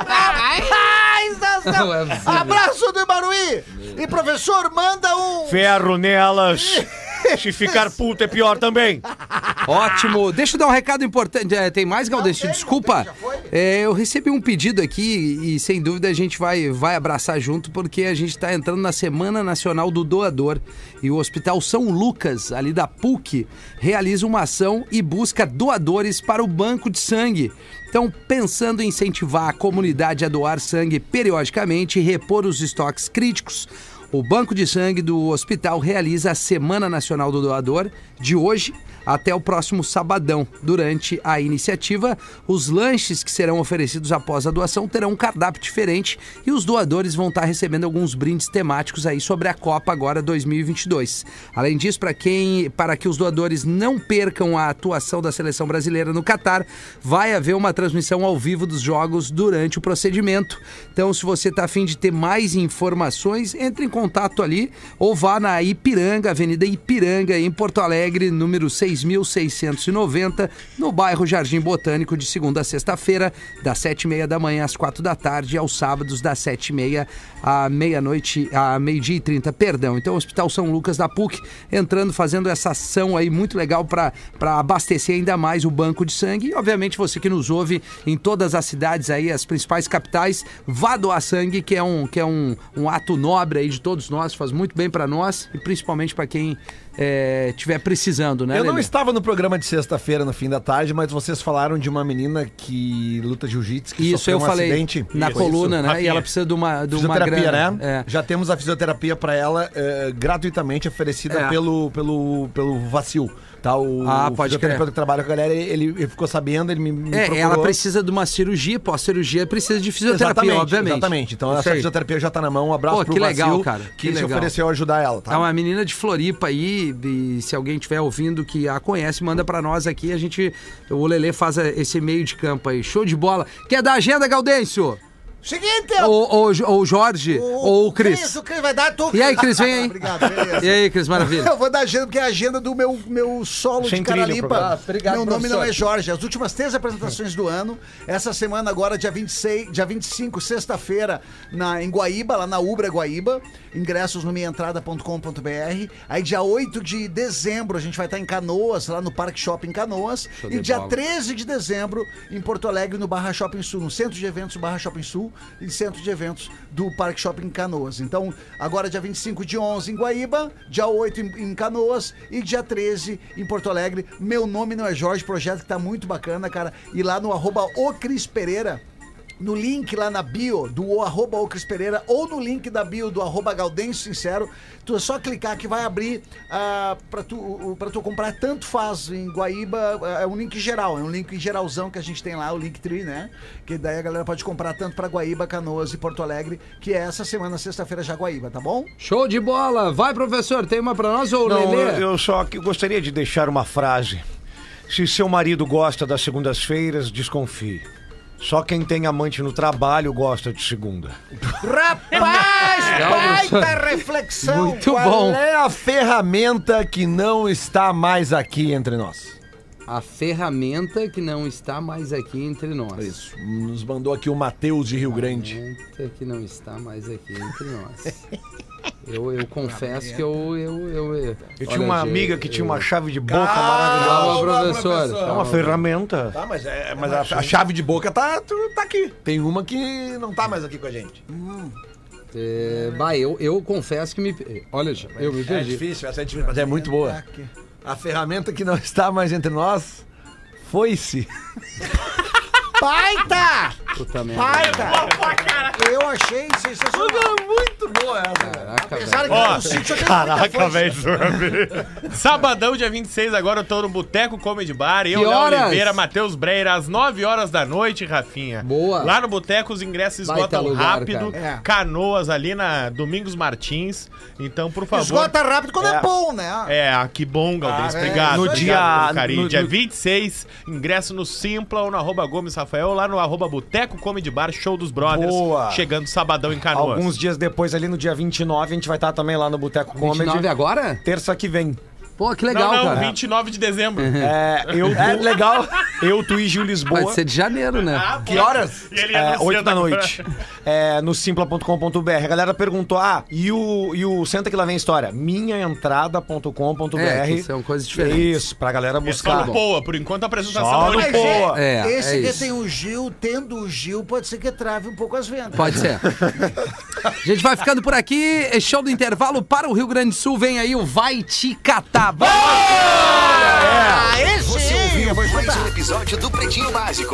D: Rapaz,
B: Não é
D: essa...
B: possível.
D: Abraço do Ibaruí! E professor, manda um.
C: Ferro nelas. Se ficar puto é pior também.
B: Ótimo. Deixa eu dar um recado importante. É, tem mais,
D: tem,
B: Galdestino?
D: não
B: Desculpa.
D: tem, já foi.
B: É, eu recebi um pedido aqui e sem dúvida a gente vai, vai abraçar junto porque a gente está entrando na Semana Nacional do Doador e o Hospital São Lucas, ali da PUC, realiza uma ação e busca doadores para o banco de sangue. Então, pensando em incentivar a comunidade a doar sangue periodicamente e repor os estoques críticos, O Banco de Sangue do Hospital realiza a Semana Nacional do Doador de hoje até o próximo sabadão. Durante a iniciativa, os lanches que serão oferecidos após a doação terão um cardápio diferente e os doadores vão estar recebendo alguns brindes temáticos aí sobre a Copa agora 2022. Além disso, para quem, para que os doadores não percam a atuação da seleção brasileira no Catar, vai haver uma transmissão ao vivo dos jogos durante o procedimento. Então, se você está afim de ter mais informações, entre em contato ali ou vá na Ipiranga, Avenida Ipiranga, em Porto Alegre, número 6.690, no bairro Jardim Botânico, de segunda a sexta-feira, das sete e meia da manhã às quatro da tarde, e aos sábados, das sete e meia à meia-noite, à meio-dia e trinta, perdão. Então, Hospital São Lucas da PUC entrando, fazendo essa ação aí muito legal para abastecer ainda mais o banco de sangue. E, obviamente, você que nos ouve em todas as cidades aí, as principais capitais, vá doar sangue, que é um, que é um, um ato nobre aí de todos nós, faz muito bem para nós e principalmente para quem é, tiver precisando, né?
E: Eu não
B: Lelê?
E: estava no programa de sexta-feira, no fim da tarde, mas vocês falaram de uma menina que luta jiu-jitsu, que
B: Isso eu
E: um
B: falei
E: acidente.
B: na
E: Isso.
B: coluna, né? E
E: Rafinha.
B: ela precisa de uma, de uma
E: fisioterapia,
B: grana. É.
E: né? Já temos a fisioterapia pra ela eh, gratuitamente oferecida
B: É.
E: pelo, pelo, pelo Vacil. Tá, o,
B: Ah,
E: o
B: pode
E: fisioterapeuta
B: crer.
E: que trabalha com a galera, ele, ele ficou sabendo, ele me, me
B: É,
E: procurou.
B: ela precisa de uma cirurgia, pós-cirurgia precisa de fisioterapia,
E: exatamente,
B: obviamente.
E: Exatamente. Então essa
B: Isso aí.
E: fisioterapia já tá na mão. Um abraço
B: Pô,
E: pro
B: que legal,
E: Vacil,
B: cara,
E: que,
B: que
E: se
B: legal.
E: ofereceu a ajudar ela, tá?
B: É uma menina de Floripa aí, e se alguém estiver ouvindo que a conhece, manda pra nós aqui, a gente, o Lelê faz a- esse meio de campo aí, show de bola. Quer dar agenda, Gaudêncio?
M: Seguinte,
B: Ou, ou, Jo- ou Jorge, ou o Cris.
M: Isso, o Cris vai dar tu.
B: E aí, Cris, vem aí.
M: Obrigado, beleza.
B: E aí, Cris, maravilha.
M: Eu vou dar agenda, porque é a agenda do meu, meu solo
B: Sem
M: de
B: trilha o
M: Caralimpa.
B: programa. Ah, obrigado,
M: meu nome
B: professor.
M: não é Jorge. As últimas três apresentações do ano. Essa semana agora, dia, 26, dia 25, sexta-feira, na, em Guaíba, lá na Ubra Guaíba. Ingressos no minhaentrada.com.br. Aí dia 8 de dezembro, a gente vai estar em Canoas, lá no Parque Shopping Canoas.
B: Show de
M: E dia
B: bola.
M: 13 de dezembro, em Porto Alegre, no Barra Shopping Sul, no Centro de Eventos Barra Shopping Sul e Centro de Eventos do Parque Shopping Canoas. Então, agora dia 25 de 11 em Guaíba, dia 8 em, em Canoas e dia 13 em Porto Alegre. Meu nome não é Jorge, projeto que tá muito bacana, cara. E lá no arroba o Cris Pereira, no link lá na bio do o- arroba o Cris Pereira ou no link da bio do arroba Gaudêncio Sincero, tu é só clicar que vai abrir ah, pra, tu, o- pra tu comprar tanto faz em Guaíba, ah, é um link geral, é um link geralzão que a gente tem lá, o Linktree, né? Que daí a galera pode comprar tanto pra Guaíba, Canoas e Porto Alegre, que é essa semana, sexta-feira, já Guaíba, tá bom?
B: Show de bola. Vai, professor, tem uma pra nós ou o
C: Não,
B: Lelê?
C: Então, eu só que gostaria de deixar uma frase. Se seu marido gosta das segundas-feiras, desconfie. Só quem tem amante no trabalho gosta de segunda.
M: Rapaz, baita
E: professor.
M: reflexão!
E: Qual é a ferramenta que não está mais aqui entre nós?
B: A ferramenta que não está mais aqui entre nós. Isso.
E: Nos mandou aqui o Matheus de Rio Grande.
B: Ferramenta que não está mais aqui entre nós. Eu, eu confesso que eu. Eu, eu, eu,
C: Eu tinha uma
B: Olha,
C: amiga
B: eu-
C: que tinha uma chave de boca
B: Calma,
C: maravilhosa.
B: professor.
C: É uma ferramenta.
E: Tá, mas, é, mas a, a chave de boca tá, tu- tá aqui. Tem uma que não tá mais aqui com a gente.
B: É, bah, eu, eu confesso que me. Olha, já, eu me
E: é
B: perdi.
E: difícil, essa é difícil, mas é muito boa. A ferramenta que não está mais entre nós foi-se.
M: Baita!
B: Puta merda.
M: Baita! Eu achei sensacional.
E: Muito boa essa.
B: Caraca, velho.
M: Apesar que um
F: Ó,
M: eu sinto que eu tenho muita
F: Caraca,
M: força.
F: velho, Sabadão, dia 26, agora eu tô no Boteco Comedy Bar. Eu,
B: Que horas?
F: Léo Oliveira, Matheus Breira, às 9 horas da noite, Rafinha.
B: Boa.
F: Lá no Boteco os ingressos
B: Baita
F: esgotam
B: lugar,
F: rápido.
M: cara. É.
F: Canoas ali na Domingos Martins. Então, por favor.
M: Esgota rápido quando é, bom, né?
F: É, ah, que bom, Galdês.
M: Ah, é.
F: obrigado.
M: No
F: obrigado
C: dia-
F: pelo carinho.
C: no-
F: dia
C: no-
F: 26, ingresso no Simpla ou no arroba Gomes Rafael, lá no arroba Boteco Comedy Bar, show dos brothers.
C: Boa.
F: Chegando sabadão em Canoas.
C: Alguns dias depois, ali no dia 29, a gente vai estar também lá no Boteco Comedy.
B: 29 agora?
C: Terça que vem.
B: Pô, que legal,
F: Não, não,
B: cara.
F: 29 de dezembro.
C: É, eu,
E: É legal.
C: eu, tu e Gil Lisboa.
B: Pode ser de janeiro, né?
C: Ah,
E: Que horas?
F: E ele
C: É,
F: anunciando
C: 8 da
F: agora.
C: noite. É, no simpla.com.br. A galera perguntou: ah, e o, e o Senta que lá vem a história? Minhaentrada.com.br.
B: É, que são coisas diferentes.
C: Isso, pra galera
F: É só
C: buscar.
F: no Poa, por enquanto a apresentação
C: Só
F: tá
C: no
F: no
C: Poa.
F: Poa.
B: É,
M: Esse
B: é
M: que
B: isso.
M: tem o Gil, tendo o Gil, pode ser que trave um pouco as vendas.
B: Pode ser. A gente vai ficando por aqui. É Show do intervalo para o Rio Grande do Sul. Vem aí o Vai Te Catar. Vai!
M: Ah, esse!
J: Ouviu mais um episódio do Pretinho Básico.